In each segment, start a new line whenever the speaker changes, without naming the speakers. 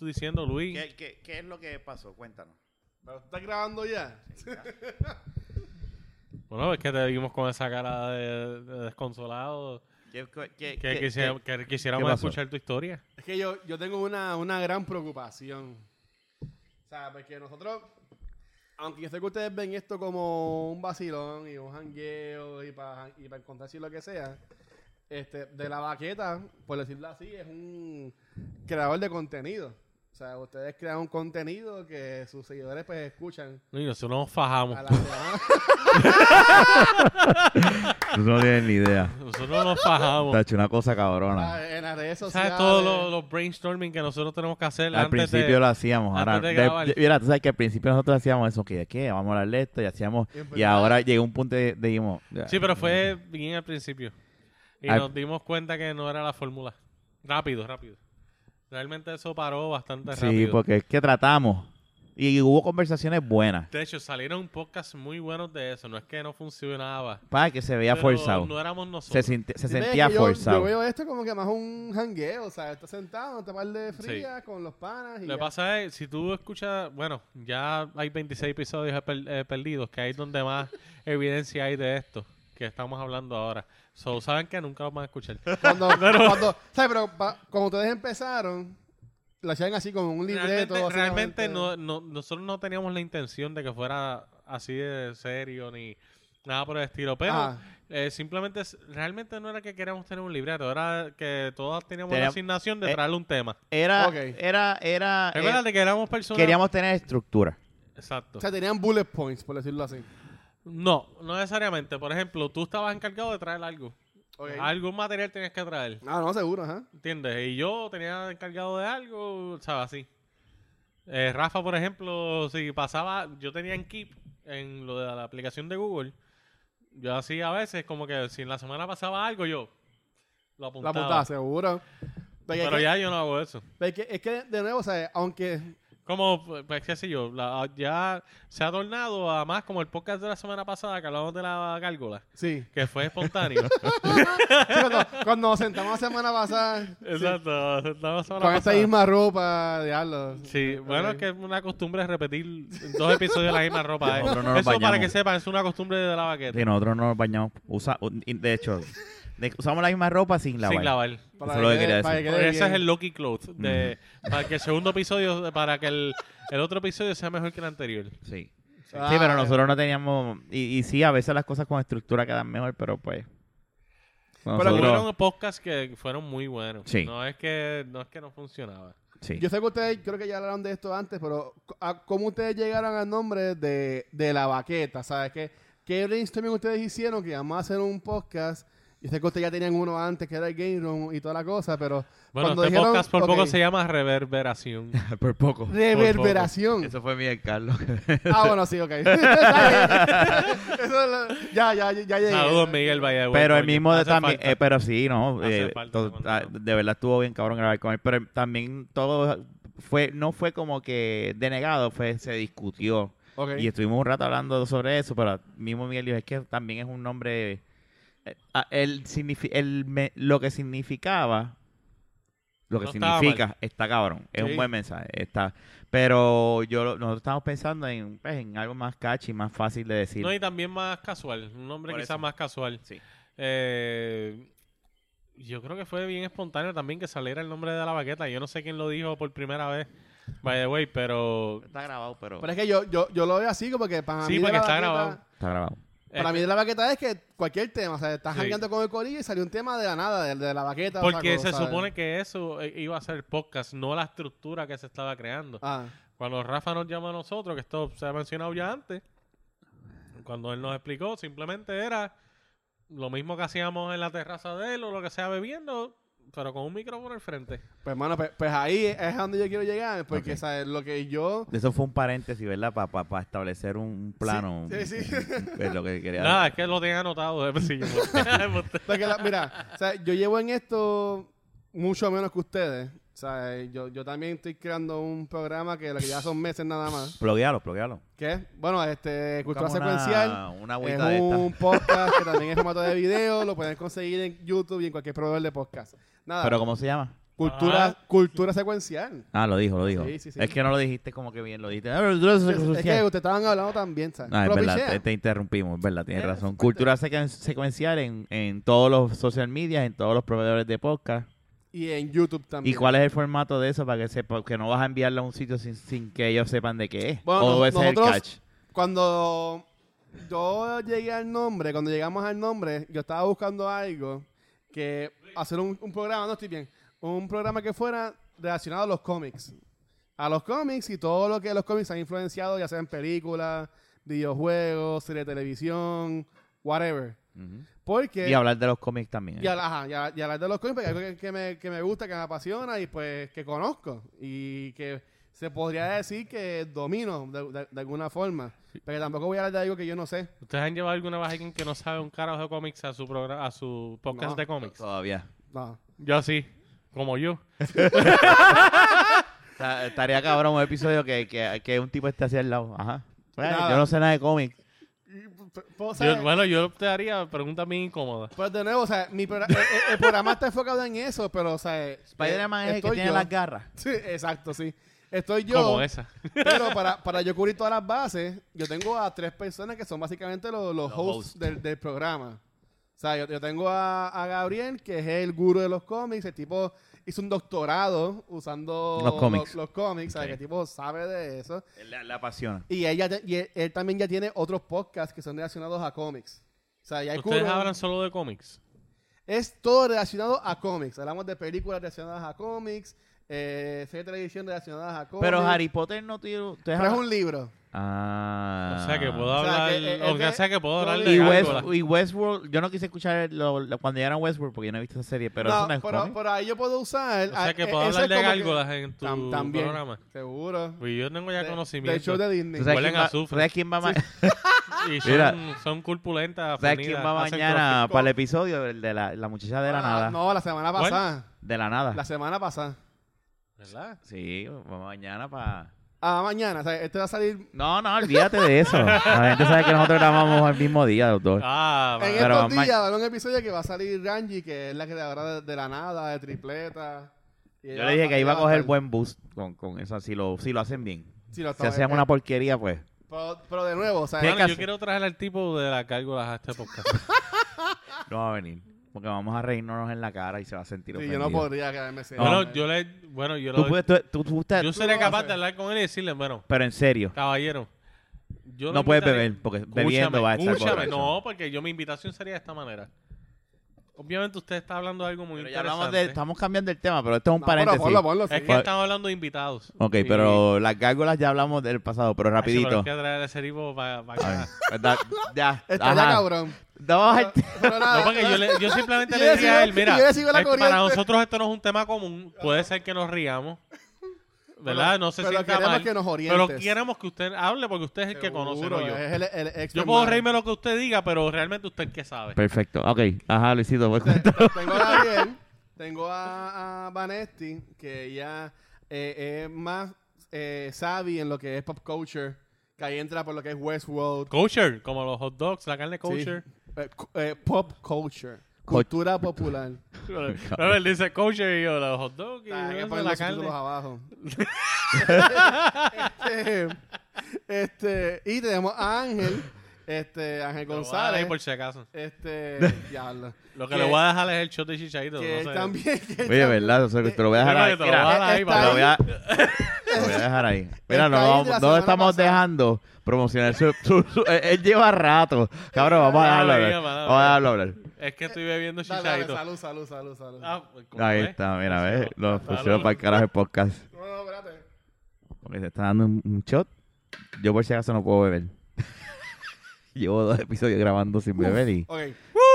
diciendo, Luis.
¿Qué, qué, qué es lo que pasó? Cuéntanos.
¿Pero estás grabando ya?
Bueno, es que te vimos con esa cara de, de desconsolado.
¿Qué, qué-
Que
qué- qué-
quisiera- que quisiéramos
qué pasó?
escuchar tu historia.
Es que yo, yo tengo una, una gran preocupación. O sea, porque nosotros, aunque yo sé que ustedes ven esto como un vacilón y un jangueo y para y pa encontrarse y lo que sea, este, de la baqueta, por decirlo así, es un creador de contenido. O sea, ustedes crean un contenido que sus seguidores pues escuchan
No, Y nosotros nos fajamos.
a la semana.
Tú no tienes ni idea.
Nosotros nos fajamos.
Tacho, una cosa
Ah,
cabrona.
en las redes sociales.
¿Sabes todos los, los brainstorming que nosotros tenemos que hacer
Al
antes
principio
de...
lo hacíamos.
antes
Ahora,
de
de-
grabar.
de- mira, tú sabes que al principio nosotros hacíamos eso, que qué, vamos a hablar de esto y hacíamos.
Es
Y
verdad.
ahora llegó un punto de de dijimos.
Sí, pero fue bien al principio. Y
Al-
nos dimos cuenta que no era la fórmula. Rápido, rápido. Realmente eso paró bastante pues,
Sí,
rápido.
porque es que tratamos. Y hubo conversaciones buenas.
De hecho, salieron podcasts muy buenos de eso. No es que no funcionaba.
Para que se veía
pero
forzado.
No éramos
se,
nosotros.
sinti- se
Sí, ves,
sentía
que yo- Yo,
forzado.
veo esto como que más un jangueo, o sea, estás sentado, te par de fría con los panas y
Lo que
ya.
pasa es, si tú escuchas, bueno, ya hay 26 episodios per- eh, perdidos, que ahí es donde más evidencia hay de esto que estamos hablando ahora. So, saben que nunca lo van a escuchar.
cuando, cuando- ¿sabes? Pero pa- cuando ustedes empezaron, lo hacían así como un libreto.
Realmente,
básicamente.
realmente no, no- nosotros no teníamos la intención de que fuera así de serio ni nada por el estilo, pero
Ah.
eh, simplemente es- realmente no era que queríamos tener un libreto, era que todos teníamos la
Teníamos-
asignación de
eh,
traerle un tema.
Era,
Ok.
era, era. eh,
Recuerda que éramos personas...
queríamos tener estructura.
Exacto.
O sea, tenían bullet points, por decirlo así.
No, no necesariamente. Por ejemplo, tú estabas encargado de traer algo.
Ok.
Algún material tenías que traer,
Ah, no, seguro, ajá.
¿entiendes? Y yo tenía encargado de algo, ¿sabes? Así. Eh, Rafa, por ejemplo, si pasaba, yo tenía en Keep, en lo de la aplicación de Google, yo hacía a veces como que si en la semana pasaba algo, yo lo
La
apuntaba.
puntada, seguro. Porque es
Pero
que-
ya yo no hago eso.
porque es que, de nuevo, o sea, aunque
Como, pues, qué sé yo, la- ya se ha tornado a más como el podcast de la semana pasada que hablamos de la gárgola,
sí,
que fue espontáneo.
Sí, cuando, cuando nos sentamos la semana pasada sí,
Exacto, la semana
con esta
pasada.
misma ropa, diablo.
Sí,
Ok.
bueno, es que es una costumbre repetir dos episodios de la misma ropa. eh.
Nosotros no nos
Eso para
bañamos.
que sepan, es una costumbre de la baqueta.
Sí, nosotros no nos bañamos. Usa, un- y de hecho, de- usamos la misma ropa sin lavar.
Sin lavar.
Para
Eso es lo que
quede-
quería
para
decir.
quede
Ese es
bien.
el Lucky Cloth. De, Para que el segundo episodio, para que el, el otro episodio sea mejor que el anterior.
Sí.
Ah,
Sí, pero nosotros no teníamos. Y, y sí, a veces las cosas con estructura quedan mejor, pero pues.
Pero
Nosotros,
fueron podcasts que fueron muy buenos.
Sí.
No es que no, es que no funcionaba.
sí.
Yo sé que ustedes, creo que ya hablaron de esto antes, pero ¿a- ¿cómo ustedes llegaron al nombre de, de la baqueta? ¿Sabes qué? ¿Qué brainstorming ustedes hicieron? Que vamos a hacer un podcast. Yo sé que ustedes ya tenían uno antes, que era el Game Room y toda la cosa, pero
Bueno,
cuando
este
dijeron...
podcast por poco
ok,
se llama Reverberación.
por poco.
Reverberación.
fue Miguel Carlos.
Ah, bueno, sí, ok. Eso es lo- ya, ya, ya llegué.
Saludos, Miguel Valle.
pero el mismo de también. eh, pero sí, ¿no?
Hace
eh,
falta
to-
cuando-
ah, de verdad estuvo bien cabrón grabar con él. Pero también todo fue. No fue como que denegado, fue se discutió.
Ok.
Y estuvimos un rato hablando sobre eso, pero mismo Miguel dijo, es que también es un nombre... eh, ah, el signifi- el me- lo que significaba, lo que
No estaba
significa, está cabrón. Es
Sí.
un buen mensaje. está Pero yo lo- nosotros estamos pensando en, pues, en algo más catchy, más fácil de decir.
No, y también más casual. Un nombre
Por
quizás
eso.
más casual.
Sí.
Eh, yo creo que fue bien espontáneo también que saliera el nombre de la baqueta. Yo no sé quién lo dijo por primera vez, by the way, pero...
Está grabado, pero...
Pero es que yo, yo, yo lo veo así, como que para
Sí,
mí... de
porque
la
está
baqueta-
grabado.
Está grabado.
Para
Eh,
mí de la baqueta es que cualquier tema, o sea, estás
Sí.
jangueando con el corillo y salió un tema de la nada, de, de la baqueta.
porque se supone que eso eh, iba a ser el podcast, no la estructura que se estaba creando.
Ah,
Cuando Rafa nos llama a nosotros, que esto se ha mencionado ya antes, cuando él nos explicó, simplemente era lo mismo que hacíamos en la terraza de él o lo que sea bebiendo, pero con un micrófono al frente.
pues hermano, pues, pues ahí es a donde yo quiero llegar, porque
Ok.
¿sabes? lo que yo...
Eso fue un paréntesis, ¿verdad? Para establecer un plano.
Sí, sí, sí.
Es lo que quería
Nada, es que lo tenía anotado. eh, sí, yo-
Porque la- mira, o sea, yo llevo en esto mucho menos que ustedes. O sea, yo, yo también estoy creando un programa que lo que ya son meses nada más.
Ploguealo, ploguealo.
¿Qué? Bueno, este, Cultura
Buscamos una-
Secuencial.
una
es
agüita de esta.
un podcast que también es formato de video, lo pueden conseguir en YouTube y en cualquier proveedor de podcast. Nada.
¿Pero Ah. cómo se llama?
Cultura, cultura secuencial.
Ah, lo dijo, lo dijo.
Sí, sí, sí.
Es que no lo dijiste como que bien, lo dijiste.
Es, es que ustedes estaban hablando también, ¿sabes?
No, es
Pero
verdad, este,
pichea.
te, te interrumpimos, es verdad, tienes
Eh,
razón.
fuerte.
Cultura sequen- secuencial en, en todos los social medias, en todos los proveedores de podcast.
Y en YouTube también.
¿Y cuál es el formato de eso para que sepa que no vas a enviarlo a un sitio sin, sin que ellos sepan de qué es?
Bueno,
o
nos-
ese
nosotros-
es el catch.
Cuando yo llegué al nombre, cuando llegamos al nombre, yo estaba buscando algo que hacer un, un programa, no estoy bien, un programa que fuera relacionado a los cómics. A los cómics y todo lo que los cómics han influenciado, ya sea en películas, videojuegos, serie de televisión, whatever.
Ujú.
Porque...
Y hablar de los cómics también. eh,
Y hablar, ajá, y hablar- y hablar de los cómics, porque es algo que, que me, que me gusta, que me apasiona y pues que conozco. Y que se podría decir que domino de, de- de alguna forma. Pero tampoco voy a hablar de algo que yo no sé.
¿Ustedes han llevado alguna vez a alguien que no sabe un carajo de cómics a su programa, a su podcast
No.
de cómics?
Todavía.
No.
Yo sí, como yo.
O sea, estaría cabrón un episodio que, que, que un tipo esté hacia el lado. Ajá. Bueno,
Nada. Eh,
yo no sé nada de cómics.
Y, p- p- o sea,
Yo- bueno, yo te haría preguntas bien incómodas.
Pero de nuevo, o sea, mi progra- el, el- el programa está enfocado en eso, pero, o sea...
Spider-Man
eh,
es el que
estoy
tiene
yo.
las garras.
Sí, exacto, sí. Estoy yo.
Como esa.
Pero para, para yo cubrir todas las bases, yo tengo a tres personas que son básicamente los, los
Los
hosts
hosts.
Del, del programa. O sea, yo, yo tengo a, a Gabriel, que es el gurú de los cómics. El tipo hizo un doctorado usando
Los cómics.
Los, cómics, o sea,
Ok.
que el tipo sabe de eso.
La, apasiona.
Y, ella, te- y él, él también ya tiene otros podcasts que son relacionados a cómics. O sea, ya hay
Ustedes
cubren-
hablan solo de cómics.
es todo relacionado a cómics. Hablamos de películas relacionadas a cómics, eh, series de televisión relacionadas a cómics.
Pero Harry Potter no tiene...
Pero es un libro.
Ah.
O sea que puedo
O sea,
hablar.
que, eh,
o
eh,
que sea que puedo
no
hablar
digo-
de
Y, West-
gárgolas.
y Westworld, yo no quise escuchar lo- lo- cuando llegaron a Westworld porque yo no he visto esa serie, pero eso no es
pero,
cómic.
pero ahí yo puedo usar.
O sea que
ah,
puedo
eh, eso
hablar
es
de
como que-
gárgolas en tu
Tam- también,
programa.
Seguro.
Pues yo tengo ya
De-
conocimiento.
Del show de Disney.
¿Tú sabes
Huelen
quién va-
azufre.
¿Sabes quién va, ma-
Y son,
Mira.
son corpulentas.
¿sabes quién
fornidas,
va
hacen
mañana
crossfit.
para el episodio? El de la, la muchacha de la
Ah,
nada.
No, la semana
¿Cuál?
pasada.
De la nada.
La semana pasada.
crossfit. ¿Verdad?
Sí, va mañana para...
Ah, mañana. O sea, este va a salir.
No, no, olvídate de eso. La gente sabe que nosotros grabamos el mismo día, doctor.
Ah,
en
vale.
Pero
estos
ma-
días va a haber un episodio que va a salir Ranji, que es la creadora de, de la nada, de tripleta. Y
Yo
ella
le
va-
dije que
ella
iba a
va
coger
estar-
buen boost con, con eso, si lo, si lo hacen bien.
Sí, lo
Si
estaba-
hacen
eh,
una porquería, pues.
pero, pero de nuevo, o sea,
¿Qué
Mano,
clase?
yo quiero traer al tipo de las gárgolas a este podcast.
No va a venir. Porque vamos a reírnos en la cara y se va a sentir
sí, yo
ofendido.
no podría quedarme sin
bueno, yo le. Bueno, yo
Tú,
lo-
puedes- tú- tú- tú estás-
Yo
tú
sería
lo vas a
capaz de
hacer.
hablar con él y decirle, bueno,
Pero en serio.
caballero. yo
No
lo
puedes
invitaré-
beber, porque
Escúchame,
bebiendo va a estar
escúchame.
borracho.
No, porque yo mi invitación sería de esta manera. Obviamente usted está hablando de algo muy
Pero ya
interesante.
hablamos de, estamos cambiando el tema, pero esto es un
No, pero
paréntesis.
ponlo, ponlo, sí.
Es que
Pues-
estamos hablando de invitados.
Ok,
Sí.
pero las gárgolas ya hablamos del pasado, pero
Ay, sí, pero
rapidito.
hay que traer a ese tipo para
Ay,
acá.
¿verdad? Ya.
Está
ajá.
ya cabrón.
Vamos al-
Pero, pero nada.
No, porque yo, le- yo simplemente
Yo
le dije a
sigo-
él, mira,
yo sigo la
es-
corriente.
para nosotros esto no es un tema común, puede ser que nos riamos, ¿verdad?
Pero-
no sé si
pero queremos que nos orientes.
Pero queremos que usted hable porque usted es el que conoce, no
Seguro,
yo.
es el- el ex
Yo puedo
hermano.
reírme lo que usted diga, pero realmente usted es el que sabe.
Perfecto. Ok, ajá, Luisito. pues, voy con-
tengo a Gabriel, tengo a, a Vanesti, que ella eh, es más eh, savvy en lo que es pop culture, que ahí entra por lo que es Westworld.
Kosher, como los hot dogs, la carne kosher.
Sí. Eh, cu- eh, pop culture. Cultura popular.
Pero él dice kosher y yo, los hot dogs y
Ah, hay que
eso,
poner
la
los
carne.
subtítulos abajo. este, este, y tenemos a Ángel, este, Ángel
Lo voy a dar ahí
González.
por si acaso.
Este, diablo.
Lo que le voy a dejar es el shot de chichaito.
que
no sé.
también. que
Oye,
también-
¿verdad? O sea, que te lo voy a dejar
Mira,
ahí.
que te lo
Mira,
voy a dejar ahí,
está
te lo
papá.
voy a, te lo voy a dejar ahí. Mira, no,
ahí de
vamos-
la
no
semana
estamos
pasada.
dejando promocionar su, su- su- él, él lleva rato. Cabrón, vamos a dejarlo
Dale,
hablar.
llama, dale.
Vamos a dejarlo hablar.
Es que estoy bebiendo
Dale, dale,
chichaito.
salud, salud, salud, salud.
Ah, pues, ¿cómo
Ahí
ves?
está, mira, ves.
Funcionó.
Lo
Salud.
funcionó para el carajo el podcast.
No, no, espérate.
Porque se está dando un, un shot. Yo por si acaso no puedo beber. Llevo dos episodios grabando sin beber y.
Ok.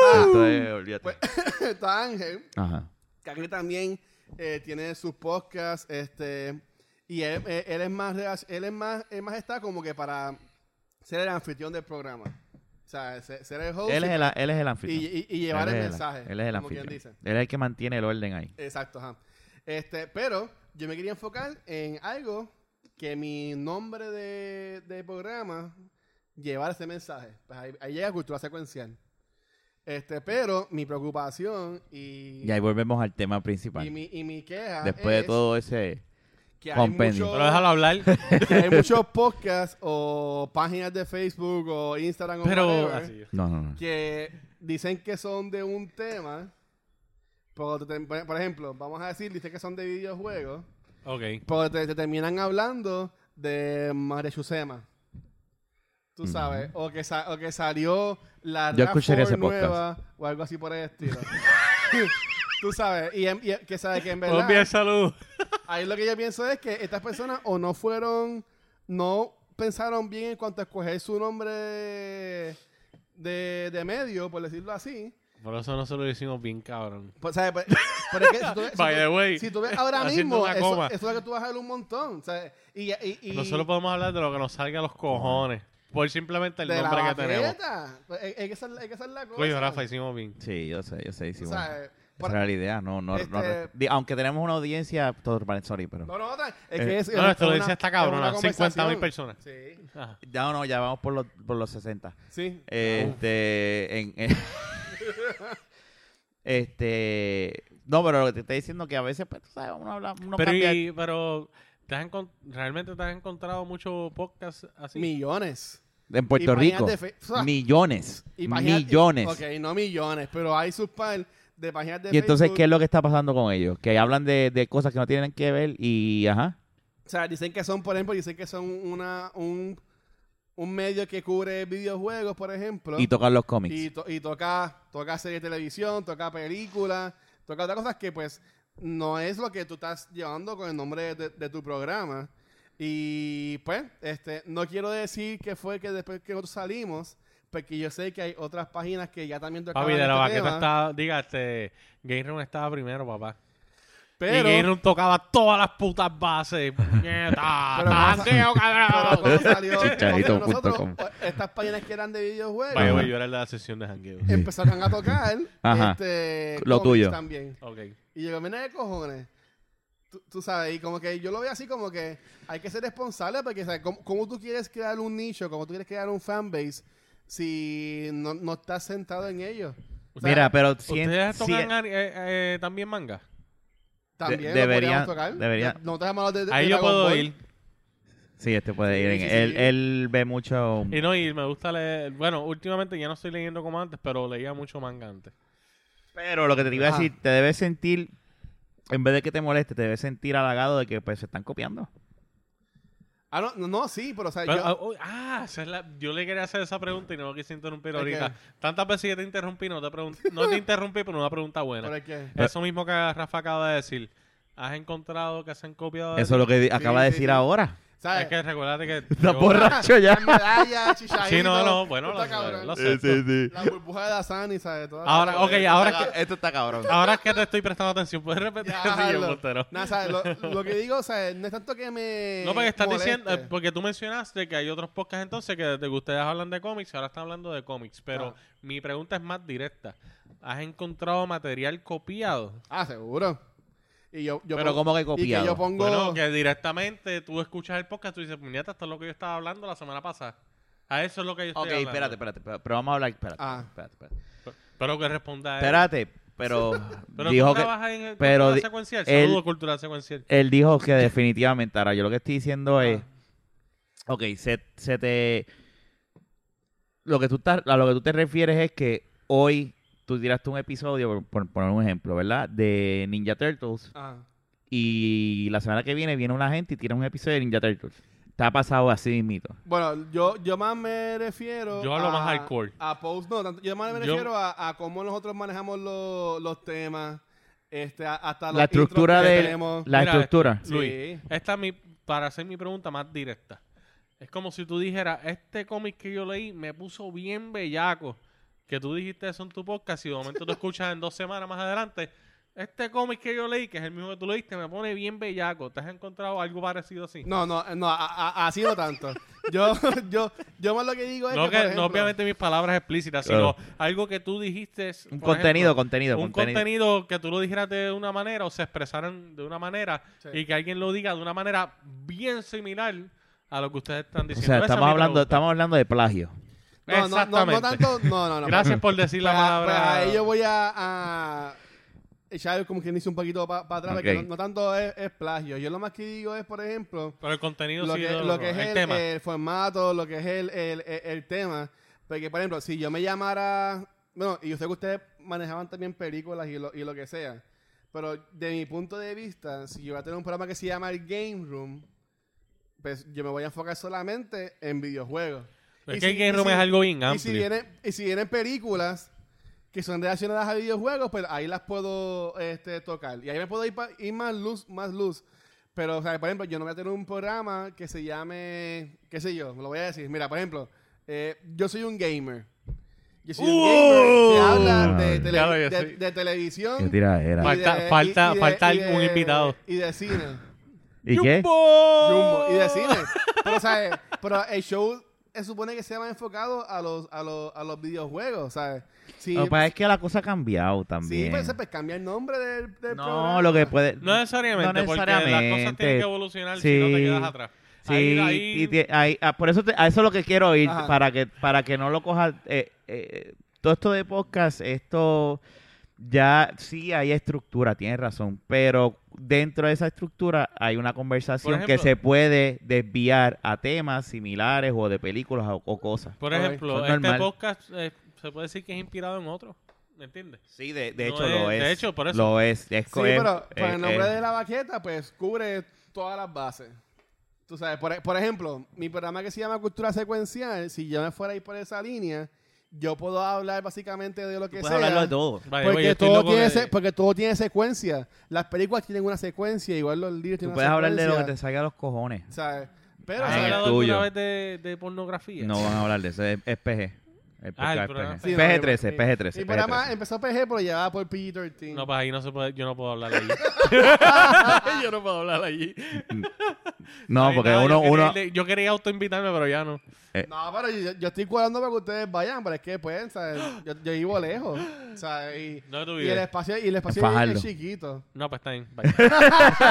Ah,
Esto es- olvídate.
pues, Está Ángel,
Ajá.
que Ángel también eh, tiene sus podcasts, este, y él, eh, él es más, relac- él es más, él más está como que para ser el anfitrión del programa. O sea, se- ser el host
Él es el, él es el
y,
anfitrión.
y- y llevar
Él
el
es
mensaje.
Él es el
como quien
anfitrión.
dice.
Él es el que mantiene el orden ahí.
Exacto, ajá. Este, pero yo me quería enfocar en algo que mi nombre de, de programa llevar ese mensaje. Pues ahí, ahí llega cultura secuencial. Este, pero mi preocupación y,
Y ahí volvemos al tema
y
principal.
mi, y mi queja
Después de
es
todo ese...
que hay,
compendio.
Pero déjalo
muchos,
hablar.
que hay muchos podcasts o páginas de Facebook o Instagram o
Pero
whatever,
así.
No, no, no.
que dicen que son de un tema. pero te- por ejemplo, vamos a decir, dice que son de videojuegos.
Ok.
Porque te, te terminan hablando de Marechusema. Tú sabes, o, que sa- o que salió la
Yo escucharía
RAV4
ese podcast.
nueva o algo así por el estilo. Tú sabes, y, en- y en- que sabes que en verdad,
Obvia Pues salud.
ahí lo que yo pienso es que estas personas o no fueron, no pensaron bien en cuanto a escoger su nombre de, de medio, por decirlo así.
Por eso no se lo decimos bien, cabrón.
Pues, ¿sabes? Pero- pero es que si tú ves, si
By
tú-
the way,
si tú ves ahora
haciendo
mismo,
una
eso,
coma.
eso es lo que tú vas a ver un montón. ¿sabes? Y, y, y-
Nosotros podemos hablar de lo que nos salga a los cojones. Por simplemente el
de la
nombre que tenemos.
bajeta. Pues, Es, es que esa, es la- es que esa es la cosa.
Coño, Rafa, hicimos bien.
Sí, yo sé, yo sé.
Tú
hicimos-
sabes, por-
Esa era la idea. No, no, no-
Este-
di- Aunque tenemos una audiencia... Todo, sorry, pero...
No, no, otra. Es
Eh,
que es,
No, esto lo
es
dice esta
es una
cabrona, 50.000
conversación.
personas.
Sí.
Ajá.
Ya no, ya vamos por los, por los 60.
Sí.
Eh,
Este, en- en- este, no, pero lo que te estoy diciendo que a veces, pues, tú sabes, uno habla, uno
pero,
cambia.
y- pero ¿te has encon- ¿realmente te has encontrado muchos podcasts así?
Millones.
en
y
Puerto
páginas
Rico,
de fe- o sea,
millones,
Y páginas- y-
millones. Y,
ok, no millones, pero hay sus par de páginas de
entonces,
Facebook.
¿qué es lo que está pasando con ellos? Que hablan de, de cosas que no tienen que ver y, ajá,
O sea, dicen que son, por ejemplo, dicen que son una, un, un medio que cubre videojuegos, por ejemplo.
y tocan los cómics.
Y, to- y toca, toca series de televisión, toca películas, toca otras cosas que pues no es lo que tú estás llevando con el nombre de, de tu programa. Y pues, este, no quiero decir que fue que después que nosotros salimos, porque yo sé que hay otras páginas que ya también tocaban
Papi, de la
este
baqueta
tema,
estaba, diga, este, Game Room estaba primero, papá.
pero,
Y Game Room tocaba todas las putas bases. ¡Puñeta!
Pero pasa-
¡Tanteo,
pero
cabrón!
cuando salió
Chicharito
cuando nosotros, pues,
punto com.
estas páginas que eran de videojuegos
Vaya, voy a llorar de la sesión de jangueo.
empezaron a tocar
Ajá.
este,
Lo
cómics
tuyo.
también.
Ok.
Y yo, mira de cojones. Tú, tú sabes, y como que yo lo veo así como que hay que ser responsable porque, ¿sabes? ¿Cómo, cómo tú quieres crear un nicho? ¿Cómo tú quieres crear un fanbase si no, no estás sentado en ello? O sea,
Mira, pero cien-
¿Ustedes tocan
cien-
ani- eh, eh, también manga?
también
de-
lo
deberían-
podríamos tocar.
deberían.
No te llamamos de, de
Ahí yo
Dragon
puedo
Ball.
ir.
sí, este puede
Sí,
ir. en-
sí, sí.
él, él ve mucho.
Y no, y me gusta leer. Bueno, últimamente ya no estoy leyendo como antes, pero leía mucho manga antes.
Pero lo que te iba a
Ajá.
decir, te debes sentir, en vez de que te moleste, te debes sentir halagado de que pues se están copiando.
Ah, no, no, no, sí, pero o sea,
Pero,
yo-
ah, oh, ah, esa es la- yo le quería hacer esa pregunta y no lo quise interrumpir
¿De
ahorita. Tantas veces que te interrumpí, no te, pregun- no te interrumpí, pero una pregunta buena.
pero es que-
Eso mismo que Rafa acaba de decir. ¿Has encontrado que se han copiado? de
Eso es lo que di- acaba de
sí,
decir
sí.
ahora.
ti?
¿sabes?
Es que recuérdate que...
Está
yo-
borracho ya.
Las medallas, chichaditos,
Sí, no, no, bueno,
está
lo-
cabrón.
lo sé.
La burbuja de la Sani, ¿sabes? Todas las
Ahora,
cosas.
ok, ahora es que... Ah,
Esto está cabrón.
Ahora es que te estoy prestando atención, puedes repetir
Ya,
Sí, yo,
lo-
Montero.
nada, ¿sabes? Lo, lo que digo, o sea, no es tanto que me.
No, porque estás diciendo,
moleste.
eh, porque tú mencionaste que hay otros podcasts entonces que desde que ustedes hablan de cómics, ahora están hablando de cómics. Pero
Ah.
mi pregunta es más directa. ¿Has encontrado material copiado?
Ah, seguro. Y yo, yo
Pero ¿cómo que
y
copiado?
yo pongo.
Bueno, que directamente tú escuchas el podcast, tú dices, puñeta, esto es lo que yo estaba hablando la semana pasada. A eso es lo que yo estoy
Ok,
hablando.
espérate, espérate, espérate, pero vamos a hablar, espérate,
Ah.
espérate, espérate.
Pero que responda a él.
Espérate, pero
Pero
dijo
tú
que
trabajas en el
pero
cultura
di-
secuencial.
él-
Saludos, cultura secuencial.
él dijo que definitivamente, ahora yo lo que estoy diciendo
Ah.
es, ok, se, se te, lo que tú estás, a lo que tú te refieres es que hoy tú tiraste un episodio, por, por poner un ejemplo, ¿verdad? De Ninja Turtles
Ah.
y la semana que viene viene una gente y tira un episodio de Ninja Turtles. Te ha pasado así, mito.
Bueno, yo, yo más me refiero.
Yo hablo
a,
más hardcore.
A post, no, tanto- yo más me
Yo-
refiero a, a cómo nosotros manejamos los- los temas. Este, a- hasta los
La
intros
estructura
que
de
tenemos.
la
Mira,
estructura.
Sí.
Luis, esta es mi, para hacer mi pregunta más directa. Es como si tú dijeras, este cómic que yo leí me puso bien bellaco. Que tú dijiste eso en tu podcast y de momento tú escuchas en dos semanas más adelante. Este cómic que yo leí, que es el mismo que tú leíste, me pone bien bellaco. ¿Te has encontrado algo parecido así?
No, no, no, a- a- así no tanto. yo, yo, yo más lo que digo es.
No,
que,
que-
por
no
ejemplo,
obviamente mis palabras explícitas,
Claro.
sino algo que tú dijiste. es,
Un
por
contenido,
ejemplo,
contenido,
Un
contenido.
contenido. que tú lo dijeras de una manera o se expresaran de una manera
Sí.
y que alguien lo diga de una manera bien similar a lo que ustedes están
O
diciendo.
sea,
Esa es
estamos
mi
hablando,
pregunta.
estamos hablando de plagio.
No, no, no,
Exactamente.
no tanto. No, no, no.
Gracias por decir
Pues
la
a-
palabra.
pues a ello voy a, a echar como quien dice un poquito para atrás, porque
Ok.
no, no tanto es, es plagio. Yo lo más que digo es, por ejemplo,
Pero el contenido
lo
sí
que,
lo-
lo que es
el,
el, eh,
tema.
el formato, lo que es el, el- el- el tema. Porque, por ejemplo, si yo me llamara. Bueno, y yo sé que ustedes manejaban también películas y lo, y lo que sea. Pero de mi punto de vista, si yo voy a tener un programa que se llama el Game Room, pues yo me voy a enfocar solamente en videojuegos.
Pero
Y
es que el
si-
Game
y
Room
si-
es algo bien
y si,
amplio.
vienen, y si vienen películas que son relacionadas a videojuegos, pues ahí las puedo este, tocar. Y ahí me puedo ir, pa- ir más luz, más luz. Pero, o sea, por ejemplo, yo no voy a tener un programa que se llame, qué sé yo, lo voy a decir. Mira, por ejemplo, eh, yo soy un gamer. Yo soy un gamer que
¡Uh!
habla de, tele-
Ya lo yo
de-
soy.
de televisión.
¿Qué tira era?
Vale. Falta- falta- falta un invitado.
Y de cine.
¿Y qué?
¡Jumbo!
Jumbo, y de cine. Pero, ¿sabes? Pero el show se supone que sea más enfocado a los, a los, a los videojuegos, ¿sabes? Si,
Lo que pasa es que la cosa ha cambiado
sí,
también.
pues, pues, cambia el nombre del, del programa.
no, lo que puede.
No necesariamente,
No
porque las cosas tienen
necesariamente.
que evolucionar si no te
Sí.
quedas atrás.
Sí,
Ahí- ahí-
y tie- ahí- ah, por eso te- a eso es lo que quiero ir,
Ajá.
para que, para que no lo cojas. eh, todo esto de podcast, esto ya sí hay estructura, tienes razón, pero dentro de esa estructura hay una conversación
Por
que
ejemplo-
se puede desviar a temas similares o de películas o, o cosas.
por
Ok. pues
ejemplo,
Eso es
este
normal.
podcast eh, se puede decir que es inspirado en otro. ¿Me entiendes?
Sí, de, de
No
hecho
es-
lo es.
de hecho, por eso.
Lo es. es
Sí,
co- es-
pero con
es-
el nombre
es-
de la baqueta, pues cubre todas las bases. Tú sabes, por, e- por ejemplo, mi programa que se llama Cultura Secuencial, si yo me fuera a ir por esa línea, yo puedo hablar básicamente de lo que
Puedes
sea.
hablarlo de todo.
Vale,
Porque,
güey, yo estoy
todo
loco
tiene
de-
se- porque todo tiene secuencia. Las películas tienen una secuencia, igual los libros
Tú
tienen
puedes
una
hablar
secuencia.
de lo que te salga a los cojones.
¿sabes? Pero,
¿Has
Ah, en el
hablado
¿sabes?
alguna
tuyo.
vez de, de pornografía?
No van a hablar de eso, es, es PG. El
Ah, el
podcast
programa.
es
Sí,
PG.
no, mi-
PG-13,
mi-
PG-13.
Mi programa empezó PG, pero llevaba por PG-13.
No, pues ahí no se puede, yo no puedo hablar allí. yo no puedo hablar allí.
No,
pues,
Ahí
porque
nada,
uno,
yo quería,
uno,
irle- yo quería autoinvitarme, pero ya no.
No, pero yo, yo estoy cuadrando para que ustedes vayan, pero es que, pues, ¿sabes? Yo, yo vivo lejos, ¿sabes? Y,
No, tú
y
vives.
el espacio, y el espacio es,
Fajardo.
es chiquito.
No, pues está bien. bye.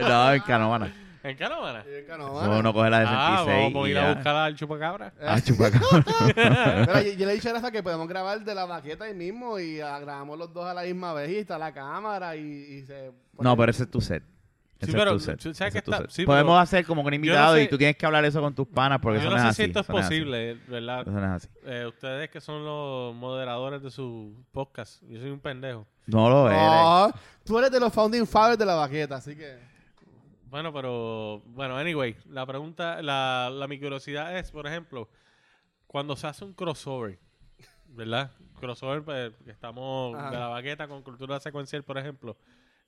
no, en Canovana.
¿En Canóvana?
Y el canoana.
Uno coge la de
Ah,
66
vamos a
y
ir
ya.
a buscar al chupacabra.
Ah, chupacabra.
Pero yo, yo le he dicho a Rafa que podemos grabar de la baqueta ahí mismo y ah, grabamos los dos a la misma vez y está la cámara y, y se...
No, pero ese es tu set. Ese
pero,
es tu set.
tú sabes
ese
que
es tu
está-
set.
sí,
Podemos
pero-
hacer como con
no
invitado
sé-
y tú tienes que hablar eso con tus panas porque
Yo
eso
no
no
sé
es así.
si esto es
eso no así.
posible,
Eso
¿verdad?
no es así.
Eh, ustedes que son los moderadores de su podcast. Yo soy un pendejo.
No lo eres.
No, tú eres de los founding fathers de la baqueta, así que...
Bueno, pero... Bueno, anyway. La pregunta... La, la mi curiosidad es, por ejemplo, cuando se hace un crossover, ¿verdad? Crossover, pues, que estamos
Ajá.
de la baqueta con Cultura Secuencial, por ejemplo.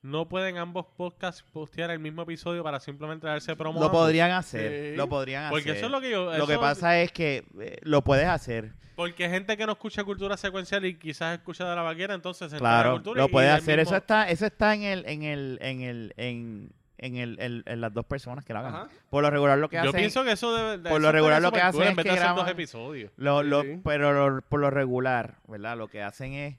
¿No pueden ambos podcasts postear el mismo episodio para simplemente darse promo?
Lo
ambos?
podrían hacer.
Sí.
Lo podrían
Porque
hacer.
eso es lo que yo...
Lo que
eso-
pasa es que eh, lo puedes hacer.
Porque gente que no escucha cultura secuencial y quizás escucha de la vaquera, entonces se entera de
Claro,
cultura
lo
y-
puede
y el
hacer.
mismo-
Eso está, eso está en el, en el, en el, en, en el, en- en las dos personas que la hagan.
Ajá.
Por lo regular lo que
Yo
hacen.
pienso que eso debe. de-
por lo
eso estaría
regular lo que
supercool,
hacen
en
es
vez de
que
hacer dos
graban-
episodios.
lo,
Sí,
lo-
sí.
Pero lo- por lo regular, ¿verdad? Lo que hacen es.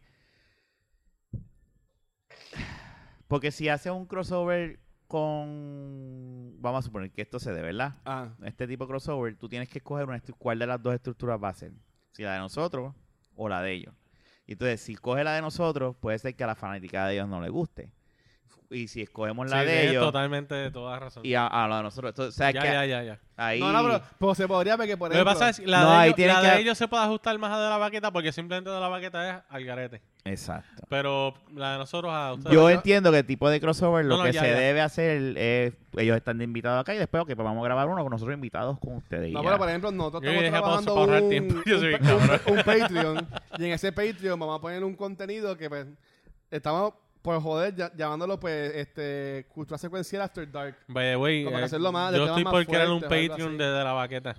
Porque si haces un crossover con. Vamos a suponer que esto se dé, ¿verdad?
Ah,
Este tipo de crossover, tú tienes que escoger una estru- cuál de las dos estructuras va a ser. Si la de nosotros o la de ellos. Y Entonces, si coge la de nosotros, puede ser que a la fanática de ellos no le guste. Y si escogemos la
Sí,
de
tienes
ellos
Totalmente de toda razón.
y a, a la de nosotros. Entonces, o sea,
ya,
que
ya, ya, ya.
ahí.
No, no, pero, pero se podría porque por
Lo que
ejemplo...
pasa es que la,
No, ahí
de, ellos,
tienes
la de
que-
ellos se puede ajustar más a de la vaqueta porque simplemente de la vaqueta es al garete.
Exacto.
Pero la de nosotros a ustedes.
Yo
yo-
entiendo que el tipo de crossover lo
No, no,
que
ya,
se
ya.
debe hacer es ellos están de invitados acá y después ok, pues vamos a grabar uno con nosotros invitados con ustedes. y
No,
ya.
pero por ejemplo, nosotros
Yo
estamos
dije pausa
trabajando
para ahorrar
un,
tiempo. Yo
un
soy
pa-
bien cabrón.
un- un Patreon. y en ese Patreon vamos a poner un contenido que pues, estamos, por joder, ya- llamándolo pues este, Cultura Secuencial After Dark.
By the way,
Como
eh,
para hacerlo más- de
yo
temas
estoy
más
por crear un
fuertes o algo
Patreon
así.
de, de la vaqueta.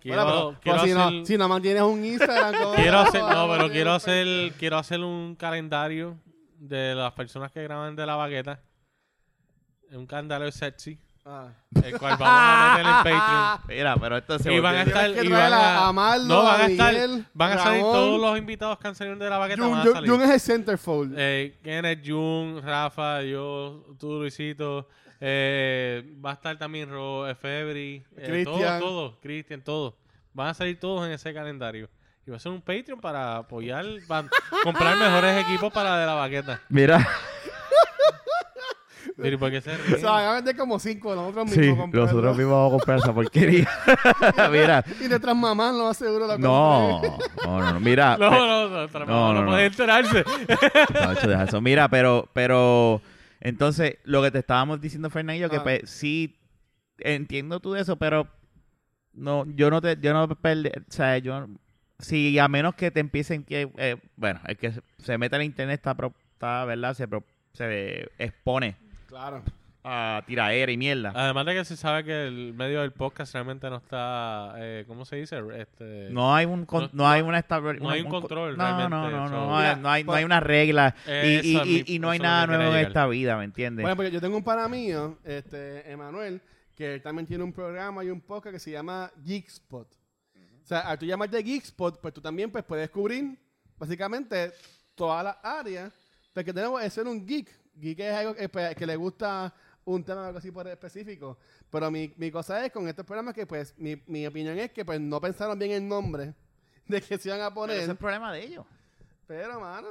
Quiero,
Bueno,
quiero
pero- pero si,
hacer...
no, si no mantienes un Instagram... ¿cómo
Quiero
vas a
hacer, no,
mantener
pero
un
quiero hacer,
Patreon?
quiero hacer un calendario de las personas que graban de la baqueta. Un calendario sexy,
Ah.
el cual vamos a meter en Patreon.
Mira, pero esto se
ah. Y van
volvió-
a estar,
Tienes que
y
traer
van
a-
a,
a Marlo,
no, van
a
a estar,
Miguel,
van a salir
Ramón.
todos los invitados que han salido de la baqueta.
Jun,
van a
Jun-
salir.
Jun es el centerfold.
Eh, Kenneth, Jun, Rafa, yo, tú, Luisito. eh, va a estar también Ro, Febri, eh, todo,
Cristian.
todo, Cristian, todo. Van a salir todos en ese calendario. Y va a ser un Patreon para apoyar, para comprar mejores equipos para la de la baqueta.
Mira,
Pero ¿y por qué se
O sea, van
ríen?
a vender como cinco nosotros mismos.
sí,
comprando.
nosotros mismos vamos a comprar esa porquería. Mira,
Y nuestras mamás lo aseguro la
no, no, no, no, mira.
No,
pe-
no, no, no,
no,
no,
no.
puede enterarse.
Chacho, deja eso. Mira, pero, pero, entonces, lo que te estábamos diciendo, Fernando, que
Ah.
pues, sí, entiendo tú de eso, pero no, yo no te, yo no perder, o sea, yo, si a menos que te empiecen que, eh, bueno, el que se meta en internet está, pro- está, ¿verdad? Se, pro- se expone
compré. Claro.
a tiraera y mierda.
Además de que se sabe que el medio del podcast realmente no está, eh, ¿cómo se dice? Este,
No hay un con-
no-
no, hay una estable-
no hay un control
no,
realmente,
no, no, no,
so-
no hay,
Mira, pues
no hay, no
por-
hay una regla y, y,
Eso es mi-
y- y no hay
eso es lo
nada
que quería
nuevo en
llegar.
esta vida, ¿me entiendes?
Bueno, porque yo tengo un pana mío, este, Emanuel, que él también tiene un programa y un podcast que se llama Geekspot. O sea, al tú llamarte Geekspot, pues tú también pues, puedes cubrir básicamente todas las áreas. Porque que tenemos es ser un geek. Geek es algo que, pues, que le gusta un tema o algo así por específico. Pero mi, mi cosa es con estos programas que, pues, mi, mi opinión es que, pues, no pensaron bien el nombre de que se iban a
Pero
poner.
ese es
Pero,
el problema de ellos.
mano,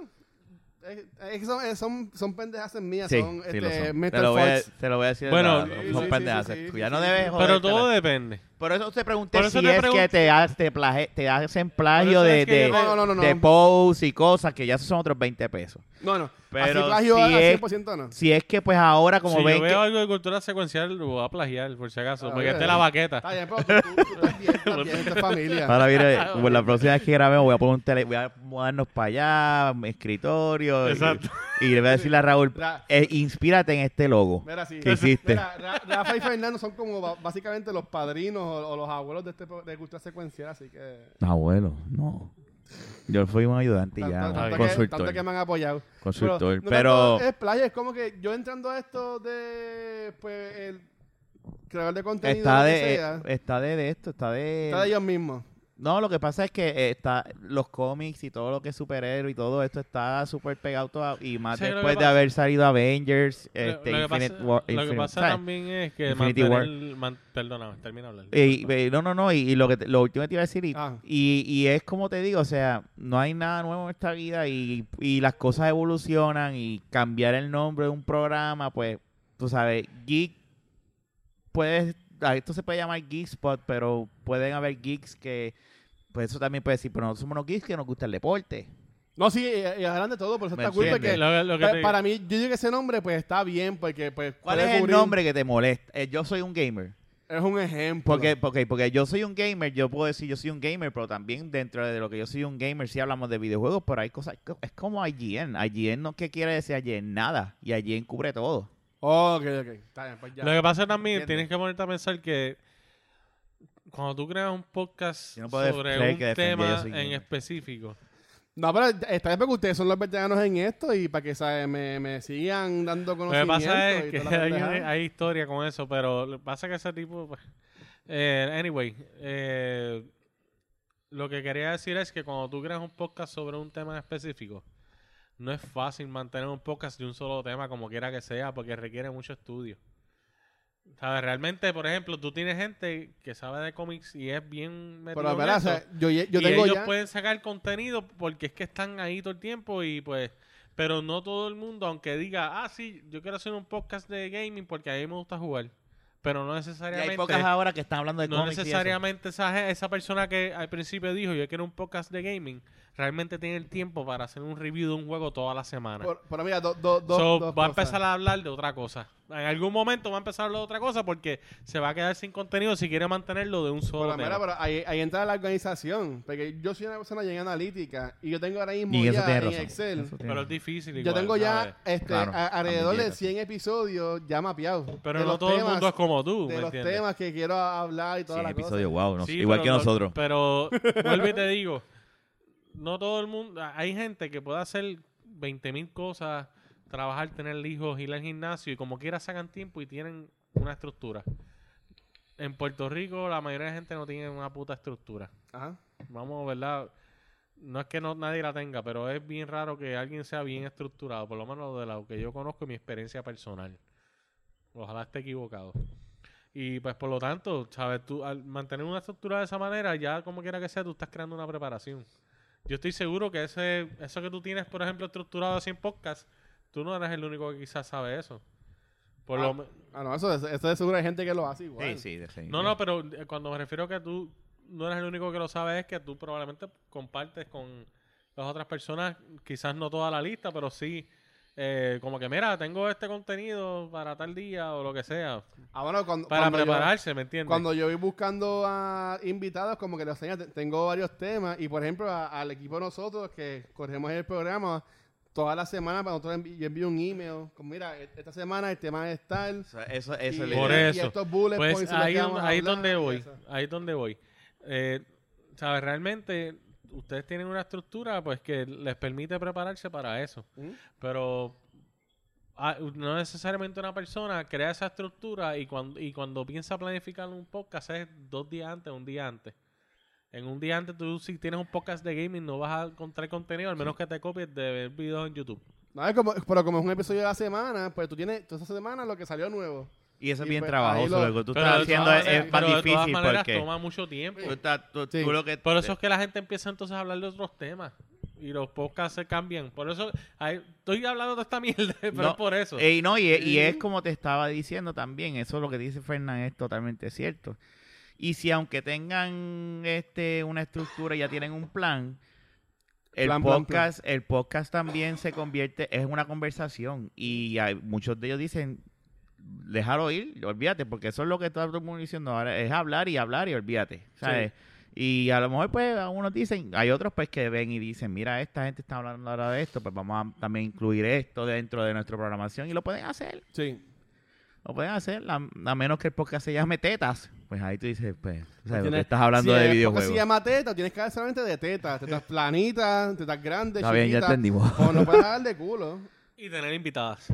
es- es que son, es- son, son pendejas mías.
Sí,
son,
sí lo
este,
son.
Mr.
Te lo voy a,
Fox.
te lo voy a decir.
Bueno,
la-
sí,
son
sí, sí, sí,
pendejas.
sí,
Tú ya
sí,
no
sí,
debes
sí.
joder.
Pero todo depende.
Por eso te pregunté
Por eso
si
te
es que
pregunto-
te, ha- te, plaje- te hacen plagio
Por eso
de,
es que
de,
yo-
No, no, no, no.
de posts y cosas que ya son otros 20 pesos.
No, no.
Pero
así plagio
si
al
es-
100% no.
Si es que pues ahora como
si
ven
yo
que...
veo algo de cultura secuencial, lo voy a plagiar, por si acaso.
Ah,
porque
bien.
esta es la baqueta.
Está bien, pero tú, tú, tú estás bien, estás bien, esto es familia.
Ahora mira, pues, la próxima vez que grabemos voy a poner un tele, voy a mudarnos para allá, mi escritorio. y-
Exacto.
Y, le voy a decirle a Raúl,
Ra-
eh, inspírate en este logo.
Mira, sí.
¿Qué hiciste?
Mira, Ra- Rafa y Fernando son como ba- básicamente los padrinos o, o los abuelos de este pro- de cultura secuencial, así que.
Abuelo, no. Yo fui un ayudante y
Tan-
ya,
tan-
un
tanto que-
consultor.
tanto que me han apoyado.
Consultor,
no
pero-
tanto Es playa, es como que yo entrando a esto de. Pues el. Creador de contenido.
Está
lo que
de,
sea,
eh, está de, de esto, está de...
está de ellos mismos.
No, lo que pasa es que eh, está los cómics y todo lo que es superhéroe y todo esto está súper pegado todo, y más
Sí, lo que
después de
pasa-
haber salido Avengers,
Lo-
este,
lo, que
Infinite
pasa,
War,
lo que
Infinite-
pasa
¿sabes?
también es que
Infinity
mantener... man- perdóname, termina de hablar.
Y- y- no, no, no, y, y lo que te- lo último que te iba a decir, y,
Pues, Ah.
y, y es como te digo, o sea, no hay nada nuevo en esta vida y, y las cosas evolucionan y cambiar el nombre de un programa, pues, tú sabes, geek, puedes, a esto se puede llamar geek spot, pero pueden haber geeks que, pues eso también puede decir, pero nosotros somos unos geeks que nos gusta el deporte.
No, sí, y, y adelante todo, por eso
Me
está culpa
entiendes.
que.
Lo- lo que
pa-
te-
Para mí, yo digo que ese nombre, pues está bien, porque. Pues,
¿Cuál
puede
es el
cubrir-
nombre que te molesta? Eh, yo soy un gamer.
Es un ejemplo.
Porque, porque, porque yo soy un gamer, yo puedo decir yo soy un gamer, pero también dentro de lo que yo soy un gamer, sí hablamos de videojuegos, pero hay cosas, es como IGN, IGN no, ¿qué quiere decir IGN? Nada, y IGN cubre todo.
Ok, ok. Está bien, pues ya.
Lo que pasa también,
Entiendo.
tienes que ponerte a pensar que cuando tú creas un podcast
Yo no puedo
sobre
creer
un
que defendí
tema
eso y-
en específico,
No, pero está bien porque ustedes son los veteranos en esto y para que ¿sabes? Me, me sigan dando
lo
conocimiento.
que pasa
y
es que
toda la
hay,
pendejada.
hay historia con eso, pero lo que pasa es que ese tipo... pues, eh, anyway, eh, lo que quería decir es que cuando tú creas un podcast sobre un tema en específico, no es fácil mantener un podcast de un solo tema como quiera que sea porque requiere mucho estudio. ¿Sabes? Realmente, por ejemplo, tú tienes gente que sabe de cómics y es bien metido
Pero,
en
¿verdad? O
eso.
sea, yo, yo
y
tengo
ellos
ya.
pueden sacar contenido porque es que están ahí todo el tiempo y pues pero no todo el mundo aunque diga ah sí yo quiero hacer un podcast de gaming porque a mí me gusta jugar pero no
Y hay
necesariamente
pocas ahora que están hablando de
no
cómics y eso.
necesariamente esa, ge- esa persona que al principio dijo yo quiero un podcast de gaming realmente tiene el tiempo para hacer un review de un juego toda la semana
Por- Pero mira, do- do- dos-
So,
dos
va a
cosas.
empezar a hablar de otra cosa. En algún momento va a empezar a hablar de otra cosa porque se va a quedar sin contenido si quiere mantenerlo de un
Pero,
solo.
mira,
tema.
pero ahí, ahí entra la organización. Porque yo soy una persona bien analítica y yo tengo ahora mismo
Y eso
ya
tienes
en
razón.
Excel.
Eso tienes
Pero es
razón.
difícil.
yo
igual,
tengo
¿sabes?
ya este,
Claro,
a- alrededor
también
de
tienes
100 episodios ya mapeados.
Pero
de
no
los
todo el
temas-
mundo es como tú,
De
¿me
los
entiendes?
temas que quiero hablar y toda
Cien
la cosa.
episodios, wow, no-
Sí,
igual
pero
que
no-
nosotros.
Pero vuelvo y te digo, no todo el mundo, hay gente que puede hacer 20.000 cosas, trabajar, tener hijos, ir al gimnasio y como quiera sacan tiempo y tienen una estructura. En Puerto Rico la mayoría de gente no tiene una puta estructura.
Ajá.
Vamos, ¿verdad? No es que no, nadie la tenga, pero es bien raro que alguien sea bien estructurado, por lo menos de lo que yo conozco y mi experiencia personal. Ojalá esté equivocado. Y pues por lo tanto, ¿sabes? Tú al mantener una estructura de esa manera, ya como quiera que sea, tú estás creando una preparación. Yo estoy seguro que ese, eso que tú tienes, por ejemplo, estructurado así en podcast, tú no eres el único que quizás sabe eso. Por
Ah,
lo me-
Ah, no, eso, eso de seguro hay gente que lo hace igual.
Sí, sí, definitivo.
no, no, pero eh, cuando me refiero a que tú no eres el único que lo sabe, es que tú probablemente compartes con las otras personas, quizás no toda la lista, pero sí, eh, como que mira, tengo este contenido para tal día o lo que sea,
Ah, bueno, cuando,
para
cuando yo-
prepararse, ¿me entiendes?
Cuando yo voy buscando a invitados, como que los tenía, te- tengo varios temas. Y por ejemplo, a- al equipo de nosotros que corremos el programa, toda la semana para nosotros envi- yo envío un email. Como mira, e- esta semana el tema es tal.
Eso, eso, eso es
y,
la
Por
idea.
eso.
Y estos bullet points
pues
son los
ahí,
que
donde,
vamos a
ahí
hablar
donde
y
voy,
eso.
ahí donde voy. Eh, ¿Sabes? Realmente ustedes tienen una estructura pues que les permite prepararse para eso.
¿Mm?
Pero ah, no necesariamente una persona crea esa estructura y cuando, y cuando piensa planificar un podcast es dos días antes, un día antes. En un día antes tú si tienes un podcast de gaming no vas a encontrar contenido, al menos que te copies de ver videos en YouTube.
No, es como, pero como es un episodio de la semana, pues tú tienes toda esa semana lo que salió nuevo.
Y eso es
Y
bien
pues,
trabajoso.
ahí lo-
Lo que tú
Pero
estás
de todas
haciendo es,
maneras-
es
pero
más
de todas
difícil
maneras
porque...
toma mucho tiempo.
tú estás- tú-
Sí.
tú lo que-
Por eso es que la gente empieza entonces a hablar de otros temas. Y los podcasts se cambian. Por eso ay, estoy hablando de esta mierda, pero
No,
es por eso.
Eh, y no, y, y
Sí.
es como te estaba diciendo también, eso es lo que dice Fernán es totalmente cierto. Y si aunque tengan este una estructura y ya tienen un plan, el
Plan, plan,
podcast, el podcast también se convierte es una conversación y hay- muchos de ellos dicen déjalo ir, olvídate, porque eso es lo que está todo el mundo diciendo ahora, es hablar y hablar y olvídate, ¿sabes? Y a lo mejor pues algunos dicen, hay otros pues que ven y dicen, mira, esta gente está hablando ahora de esto, pues vamos a también incluir esto dentro de nuestra programación y lo pueden hacer,
Sí.
lo pueden hacer, a, a menos que el podcast se llame Tetas. Pues ahí tú dices, pues, o sea, lo que
Tienes-
estás hablando
si
de
es- porque
videojuegos.
se llama teta, tienes que hablar solamente de tetas. Tetas planitas, tetas grandes,
Está bien, ya
chiquitas.
entendimos.
O no puedes hablar de culo.
Y tener invitadas.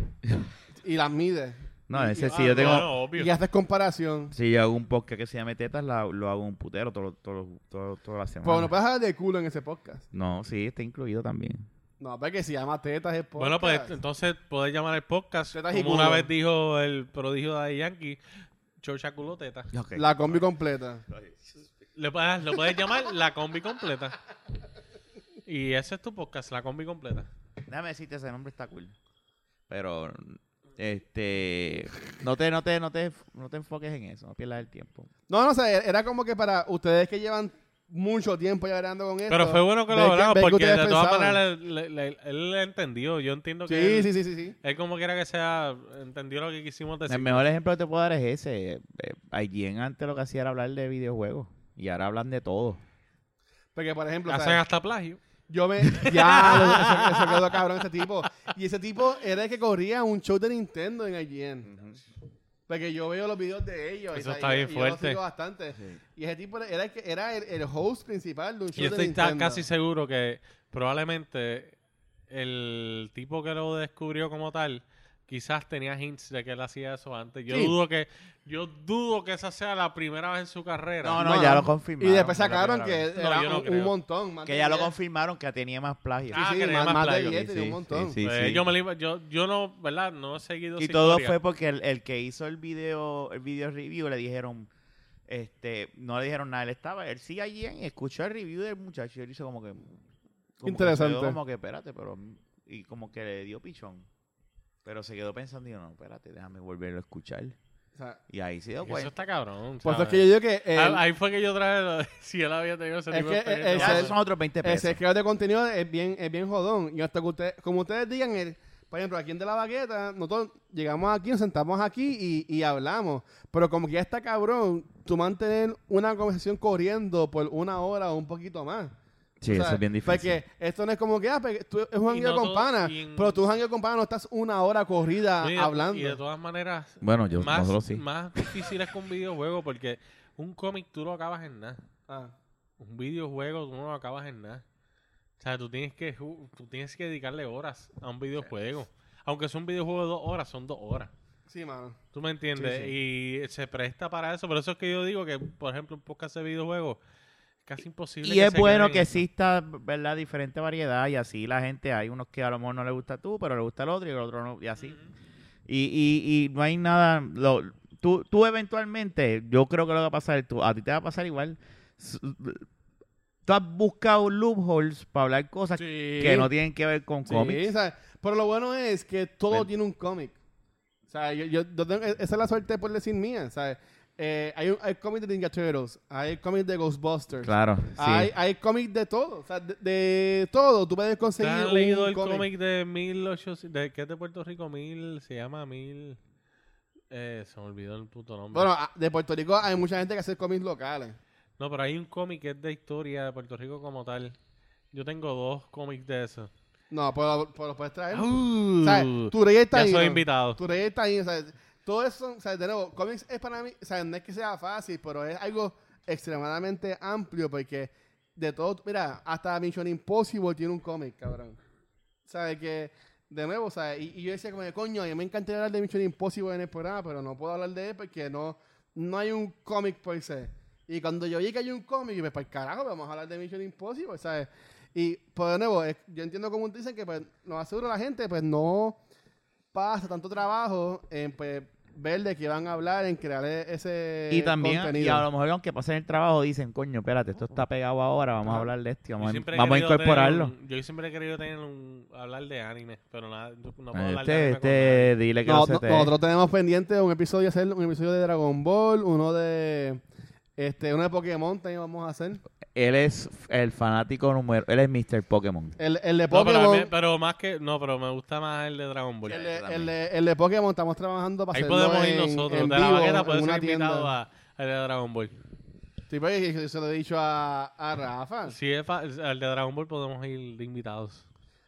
Y las mides.
No, ese sí,
Ah,
yo tengo...
bueno, obvio.
Y haces comparación.
Si yo hago un podcast que se llame Tetas, la- lo hago un putero todo, todo, todo- toda la semana.
Pero Pues, no puedes hablar de culo en ese podcast.
No, sí, está incluido también.
No, porque si llama tetas es podcast.
Bueno, pues entonces podés llamar al podcast.
Tetas y
Como una
culo.
vez dijo el prodigio de Yankee, Chocha culo teta.
La combi completa.
Le puedes- lo puedes llamar la combi completa. Y ese es tu podcast, la combi completa.
Déjame decirte, ese nombre está cool. Pero, este... No te, no te, no te, no te enfoques en eso, no pierdas el tiempo.
No, no sé, era como que para ustedes que llevan mucho tiempo ya hablando con esto.
Pero fue bueno que lo
ver
hablamos
ver qué
porque
ustedes
de todas
pensaban.
maneras le- le- le- él le entendió. Yo entiendo que
Sí,
él,
sí, sí, sí, sí.
él como quiera que sea, entendió lo que quisimos decir.
El mejor ejemplo que te puedo dar es ese. Eh, eh, IGN antes lo que hacía era hablar de videojuegos. Y ahora hablan de todo.
Porque, por ejemplo, o
Hacen
sea,
hasta plagio.
yo me... Ya, eso, eso quedó cabrón ese tipo. Y ese tipo era el que corría un show de Nintendo en IGN. Porque yo veo los videos de ellos. y
Eso
tal,
está
y-
bien
y yo los
fuerte.
sigo bastante. Y ese tipo era el, que, era el, el host principal de un show
Yo
de
estoy
Nintendo.
tan casi seguro que probablemente el tipo que lo descubrió como tal quizás tenía hints de que él hacía eso antes. Yo
Sí.
dudo que yo dudo que esa sea la primera vez en su carrera.
No, no, ya lo confirmaron
Y después
por la
sacaron que
primera
vez.
era
No, yo no
un- un,
creo.
montón. más
Que
de
ya lo
diez.
confirmaron que tenía más plagio.
Ah,
Sí, sí,
que tenía
más,
más
más de
playo.
10 tenía un montón.
sí,
Pues
sí.
yo, me lo iba- yo, yo no, ¿verdad? No he seguido
Y
esa
todo
historia.
fue porque el, el que hizo el video, el video review le dijeron, este, no le dijeron nada, él estaba, él sí allí en- escuchó el review del muchacho y él hizo como que como
Interesante.
Que se quedó como que espérate, pero y como que le dio pichón. Pero se quedó pensando y yo, no, espérate, déjame volverlo a escuchar.
O sea,
Y ahí se dio
Eso
cuenta.
está cabrón.
Por eso
¿sabes?
es que yo digo que el-
Ah, Ahí fue que yo traje lo de- si él había tenido ese
Es
tipo de
que, eh,
experiencia.
ese-
Ya,
¿sabes?
esos son otros 20
el
pesos.
creador de contenido es bien, es bien jodón. Y hasta que ustedes, como ustedes digan, el, por ejemplo, aquí en De la Baqueta, nosotros llegamos aquí, nos sentamos aquí y, y hablamos. Pero como que ya está cabrón, tú mantener una conversación corriendo por una hora o un poquito más.
Sí,
O sea, Porque esto no es como que, ah, pues, tú es un
Y
jangueo
no
con
todo-
pana.
y en-
Pero tú jangueo con pana no estás una hora corrida
No, y de-
hablando.
Y de todas maneras,
Bueno, yo
más,
nosotros sí.
más difícil es con videojuegos porque un cómic tú lo acabas en nada.
Ah.
un videojuego tú no lo acabas en nada. O sea, tú tienes que ju- tú tienes que dedicarle horas a un videojuego. Aunque sea un videojuego de dos horas, son dos horas.
Sí, mano.
¿Tú me entiendes? Y se presta para eso. Por eso es que yo digo que, por ejemplo, un podcast de videojuegos es casi imposible.
Y es
se
bueno
queden
que
en eso.
exista, ¿verdad? Diferente variedad y así la gente, hay unos que a lo mejor no le gusta tú, pero le gusta el otro y el otro no, y así. y, y, y no hay nada, lo, tú, tú eventualmente, yo creo que lo que va a pasar, tú- a ti te va a pasar igual. S- Tú has buscado loopholes para hablar cosas
Sí.
que no tienen que ver con
Sí,
cómics.
¿sabes? Pero lo bueno es que todo
Bueno.
tiene un cómic. O sea, yo, yo- yo tengo- e-, esa es la suerte por decir mía, ¿sabes? Eh, hay, un- hay cómics de Ninja Turtles, hay cómics de Ghostbusters,
Claro, sí.
hay, eh, hay cómics de todo, o sea, de, de todo, tú puedes
¿Te
conseguir
has
un
leído el
cómic.
cómic de 1800, de, que es de Puerto Rico? Mil, se llama Mil... Eh, se me olvidó el puto nombre.
Bueno, a- de Puerto Rico hay mucha gente que hace cómics locales.
No, pero hay un cómic que es de historia de Puerto Rico como tal. Yo tengo dos cómics de eso.
No, pero, pero los puedes traer.
Uh,
¿Sabes? Tu rey está
ya
ahí.
soy
¿no?
invitado.
Tu rey está ahí, ¿sabes? Todo eso, o sea, de nuevo, cómics es para mí, o sea, no es que sea fácil, pero es algo extremadamente amplio porque de todo, mira, hasta Mission Impossible tiene un cómic, cabrón. ¿Sabes? Que, de nuevo, ¿sabes? Y, y yo decía como, de, coño, a mí me encantaría hablar de Mission Impossible en el programa, pero no puedo hablar de él porque no, no hay un cómic por se. Y cuando yo vi que hay un cómic, yo me, pues carajo, vamos a hablar de Mission Impossible, ¿sabes? Y, pues, de nuevo, es- yo entiendo como dicen que, pues, nos aseguro la gente, pues, no pasa tanto trabajo en pues, ver de qué van a hablar, en crear e- ese
y también, y
contenido.
a lo mejor aunque pasen el trabajo, dicen, coño, espérate, esto está pegado ahora, vamos a
Ajá.
hablar de esto,
Yo
vamos, a-
siempre he
vamos a
querido tener
incorporarlo.
un- yo siempre he querido tener un, hablar de anime, pero nada, no puedo hablar de anime.
Este,
con
este, dile que
No,
no,
no-
se te...
nosotros tenemos pendiente un episodio hacer un episodio de Dragon Ball, uno de este, uno de Pokémon también vamos a hacer.
Él es el fanático número... Él es Mr. Pokémon.
El, el
nadie. No,
de
pero, a
Pokémon,
mí- pero más que no, pero me gusta más el de Dragon Ball.
el, de, el de- el de Pokémon estamos trabajando para
Ahí
hacerlo
podemos ir
en-
nosotros,
en
de la
vivo,
vaqueta
en
puede
una
ser invitado
tienda.
a, al de Dragon Ball.
Sí, pues, y- y se lo he dicho a, a Rafa.
Si es fa- al de Dragon Ball podemos ir de invitados.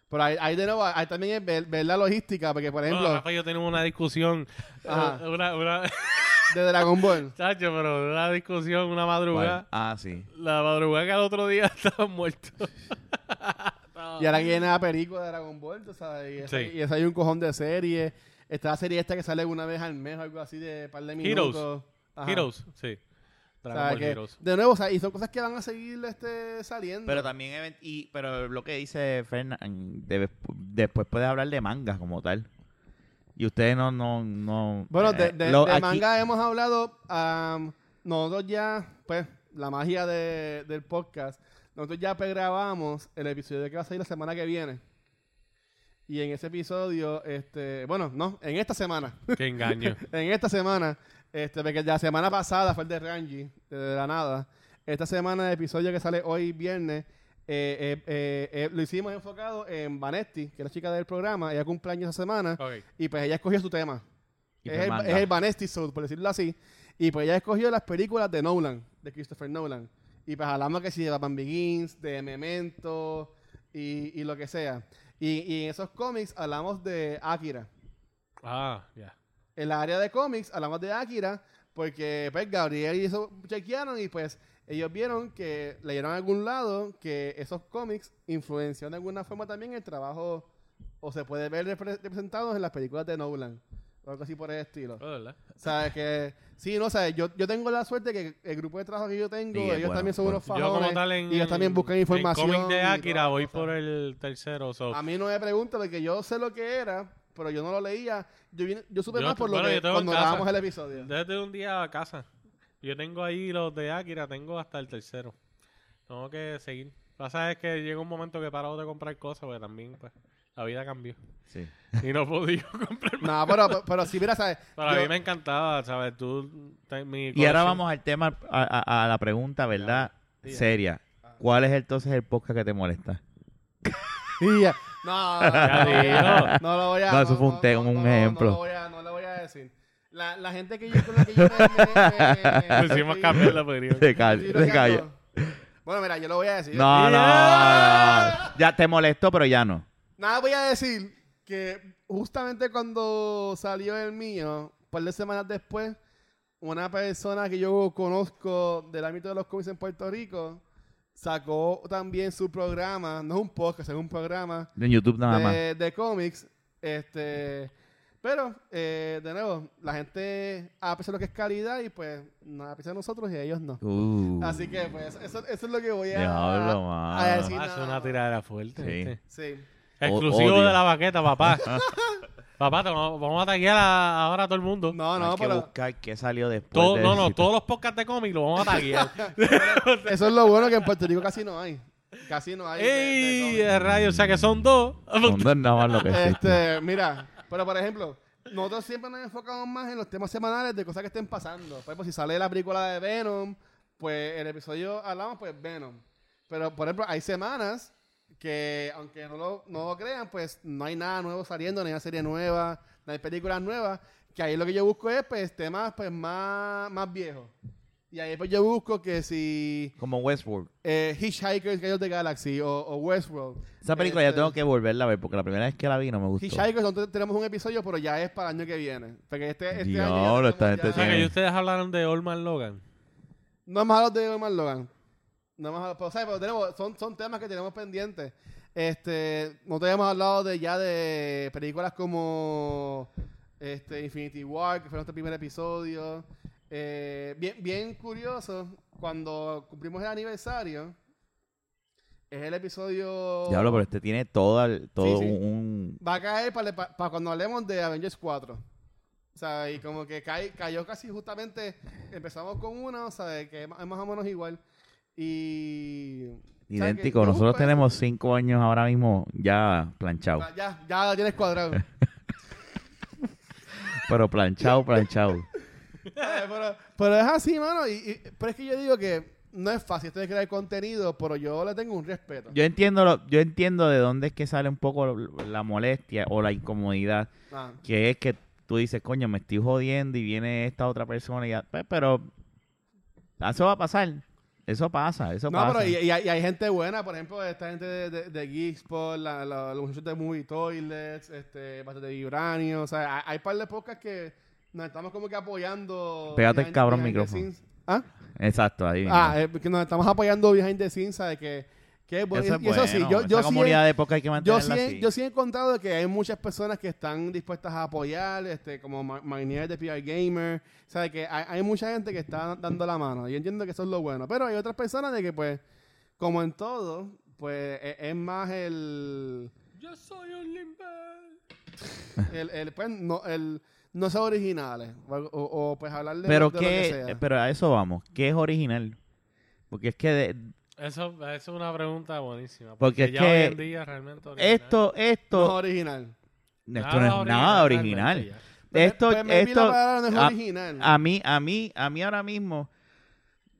Pero ahí, ahí de nuevo, ahí también es ver, ver la logística, porque por
Bueno,
ejemplo,
Rafa y yo tenemos una discusión,
Ajá.
eh, una, una,
de Dragon Ball.
chacho, pero una discusión, una madrugada.
¿Cuál? Ah, sí.
La madrugada que al otro día estaban muertos.
Y ahora que viene la película de Dragon Ball, tú sabes. Y esa,
Sí.
y esa hay un cojón de serie. Está la serie esta que sale una vez al mes o algo así de par de minutos. Ajá.
Heroes, sí.
O sea,
Dragon Ball
que,
Heroes.
de nuevo, o sea, y son cosas que van a seguir este, saliendo.
Pero también... even- Y, pero lo que dice Fernan... debe- después puedes hablar de mangas como tal. Y ustedes no... no, no
bueno,
eh,
de, de-
lo-
de
aquí-
manga hemos hablado. am, nosotros ya, pues, la magia de- del podcast. Nosotros ya grabamos el episodio que va a salir la semana que viene. Y en ese episodio, este, bueno, no, en esta semana.
Qué engaño.
en esta semana, este, porque la semana pasada fue el de Ranji, de, de la nada. Esta semana, el episodio que sale hoy viernes, eh, eh, eh, eh, lo hicimos enfocado en Vanetti, que es la chica del programa, ella cumpleaños esa semana,
Ok.
y pues ella escogió su tema.
y
Es
fue
el,
manga.
es el Vanetti Soul, por decirlo así. Y pues ella escogió las películas de Nolan, de Christopher Nolan. Y pues hablamos que si de Batman Begins, de Memento y, y lo que sea. Y, y en esos cómics hablamos de Akira
Ah, ya.
en la área de cómics hablamos de Akira porque pues Gabriel y eso chequearon y pues ellos vieron que leyeron a algún lado que esos cómics influenciaron de alguna forma también el trabajo o se puede ver repre- representados en las películas de Nolan o algo así por el estilo.
Oh, ¿verdad?
O sea, que sí, no, o sea, yo, yo tengo la suerte que el grupo de trabajo que yo tengo,
Sí, es
ellos
bueno,
también son
bueno.
unos
Yo como
fajones
tal en
y ellos también buscan
en
información.
cómic de
y todas
Akira
las
voy
cosas.
por el tercero. so-
A mí no me pregunta porque yo sé lo que era, pero yo no lo leía. Yo, vine- yo supe
Yo
más
te-
por lo
bueno,
que
yo tengo en
cuando
casa.
grabamos el episodio.
Desde un día a casa. Yo tengo ahí los de Akira, tengo hasta el tercero. Tengo que seguir. Pasa es que llega un momento que he parado de comprar cosas porque también pues la vida cambió.
Sí.
Y no he podido comprar más.
No, pero, pero, pero si mira, ¿sabes?
Para
Yo-
mí me encantaba, ¿sabes? Tú, te- mi
Y ahora
colección-
vamos al tema, a, a- a la pregunta, ¿verdad?
Diga.
Seria. ¿Cuál es entonces el podcast que te molesta?
Y ya- No, no, no, no,
digo.
no lo voy a
No, eso fue un te- un
no,
ejemplo.
No, lo voy a, no lo voy a decir. La, la gente que yo con la que yo me. me- me-
Pusimos
me-
cambiar la podría.
Se calla.
me- me-
Se calla.
Bueno, mira, yo ¡Ah! lo voy a decir.
No, no, no. Ya te molestó, pero ya no.
Nada, voy a decir que justamente cuando salió el mío, un par de semanas después, una persona que yo conozco del ámbito de los cómics en Puerto Rico sacó también su programa, no es un podcast, es un programa
En YouTube nada más.
de, de cómics. Este, pero, eh, de nuevo, la gente aprecia lo que es calidad y pues nos aprecia a nosotros y a ellos no.
Uh,
Así que, pues, eso, eso es lo que voy a,
Diablo,
a,
mano.
decir.
Ah, es
nada
una
más.
tiradera fuerte.
Sí.
¿viste?
Sí.
Exclusivo
Odio. Ah.
de la baqueta, papá. Papá, te vamos vamos a taggear a- ahora a todo el mundo.
No,
Hay
no,
que
pero
buscar qué salió después.
Todo-
de
no, no,
Luisito.
todos los podcasts de cómic los vamos a taggear.
eso es lo bueno que en Puerto Rico casi no hay. Casi no hay. de- de
¡Ey!
cómic.
eh, Radio, o sea que son dos.
Mundo es nada más lo que existe.
Este, mira, pero por ejemplo, nosotros siempre nos enfocamos más en los temas semanales de cosas que estén pasando. Por ejemplo, si sale la película de Venom, pues el episodio hablamos, pues Venom. Pero, por ejemplo, hay semanas que, aunque no lo, no lo crean, pues no hay nada nuevo saliendo, no hay una serie nueva, no hay películas nuevas, que ahí lo que yo busco es, pues, temas, pues, más, más viejos. Y ahí, pues, yo busco que si
Como Westworld.
eh, Hitchhiker's Guide of the Galaxy o, o Westworld.
Esa película ya
Este,
tengo que volverla a ver porque la primera vez que la vi no me gustó.
Hitchhiker, nosotros tenemos un episodio, pero ya es para el año que viene. Porque este, este
Diablo,
año. ya
esta
tenemos
gente
O sea
tiene-
que ya ustedes hablaron de Olman Logan.
No hemos hablado de Omar Logan. No hemos hablado, pero, ¿sabes? Pero tenemos, son, son temas que tenemos pendientes. Este, no te hemos hablado de ya de películas como este, Infinity War, que fue nuestro primer episodio. Eh, bien, bien curioso, cuando cumplimos el aniversario, es el episodio.
Diablo, pero este tiene todo, el- todo
Sí, sí.
un...
va a caer para cuando hablemos de Avengers 4. O sea, y como que cae- cayó casi justamente, empezamos con una, o sea, que es ma- es más o menos igual. Y... o sea, que
idéntico.
yo
Nosotros
busco
tenemos cinco años ahora mismo ya planchado.
eso. O sea, pues, Ya, ya lo tienes cuadrado. Eh,
Pero planchado, planchado.
pero, pero es así, mano. Y, y- pero es que yo digo que no es fácil esto de crear contenido, pero yo le tengo un respeto.
Yo entiendo, lo- yo entiendo de dónde es que sale un poco lo- la molestia o la incomodidad,
Ah,
que es que tú dices, coño, me estoy jodiendo y viene esta otra persona y ya, pues, pero eso va a pasar. Eso pasa, eso
No,
pasa.
pero y, y hay, y hay gente buena, por ejemplo, esta gente de, de, de Geekspot, la- la- los muchachos de Movie Toilets, este, Bastante de Vibranio, o sea, hay, hay par de podcasts que nos estamos como que apoyando.
Pégate el
behind-
cabrón
behind the
micrófono.
scenes. ¿Ah?
Exacto, ahí. mismo.
Ah, eh, que nos estamos apoyando behind the scenes, ¿sabes? Que, que es bueno.
eso es
pues, y eso sí,
bueno,
yo, yo
esa
sí
comunidad de podcast hay que
he, yo,
mantenerla
sí he,
así.
yo sí he encontrado que hay muchas personas que están dispuestas a apoyar, este, como Ma- Magnier de PR Gamer, ¿sabes? Que hay, hay mucha gente que está dando la mano. Yo entiendo que eso es lo bueno. Pero hay otras personas de que, pues, como en todo, pues e- es, más el,
Yo soy un limber.
el, el, pues, no, el no ser originales o, o- o, pues hablar de,
pero eh,
de
qué-
lo que sea.
pero a eso vamos. ¿Qué es original? Porque es que de-
Eso, eso es una pregunta buenísima. Porque,
Porque es
ya
que
hoy en día realmente original.
esto,
No es
esto,
original.
esto no es nada original.
realmente ya.
Pues,
Esto,
pues, maybe la
esto,
palabra no es
a-
original.
a mí, a mí, a mí ahora mismo,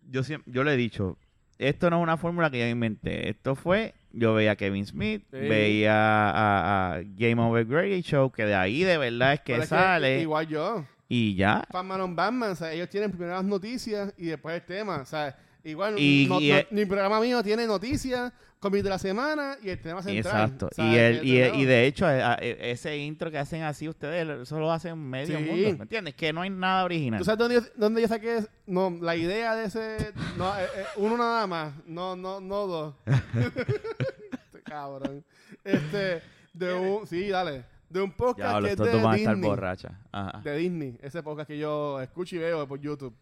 yo siempre, yo le he dicho, esto no es una fórmula que yo inventé. Esto fue, yo veía a Kevin Smith,
Sí.
veía a, a Game Over Grey Show, que de ahí de verdad es que
Pero es que
sale
igual yo.
y ya.
Batman on Batman, o sea, ellos tienen primero las noticias y después el tema, o sea, igual
Y-
no-
y
no-
el-
mi programa mío tiene noticias, cómic de la semana y el tema central.
Exacto.
o sea,
y, el, y,
es
el- y de hecho, a- a- ese intro que hacen así ustedes, eso lo hacen medio
Sí.
mundo. ¿Me entiendes? Que no hay nada original.
¿Tú sabes dónde yo, dónde yo saqué? es- No, la idea de ese... No, eh, eh, uno nada más. No, no, no dos. Este Cabrón. Este, de un... Sí, dale. De un podcast
ya,
que es de
estos dos van a estar
Disney.
borrachas. Ajá.
de Disney, ese podcast que yo escucho y veo por YouTube.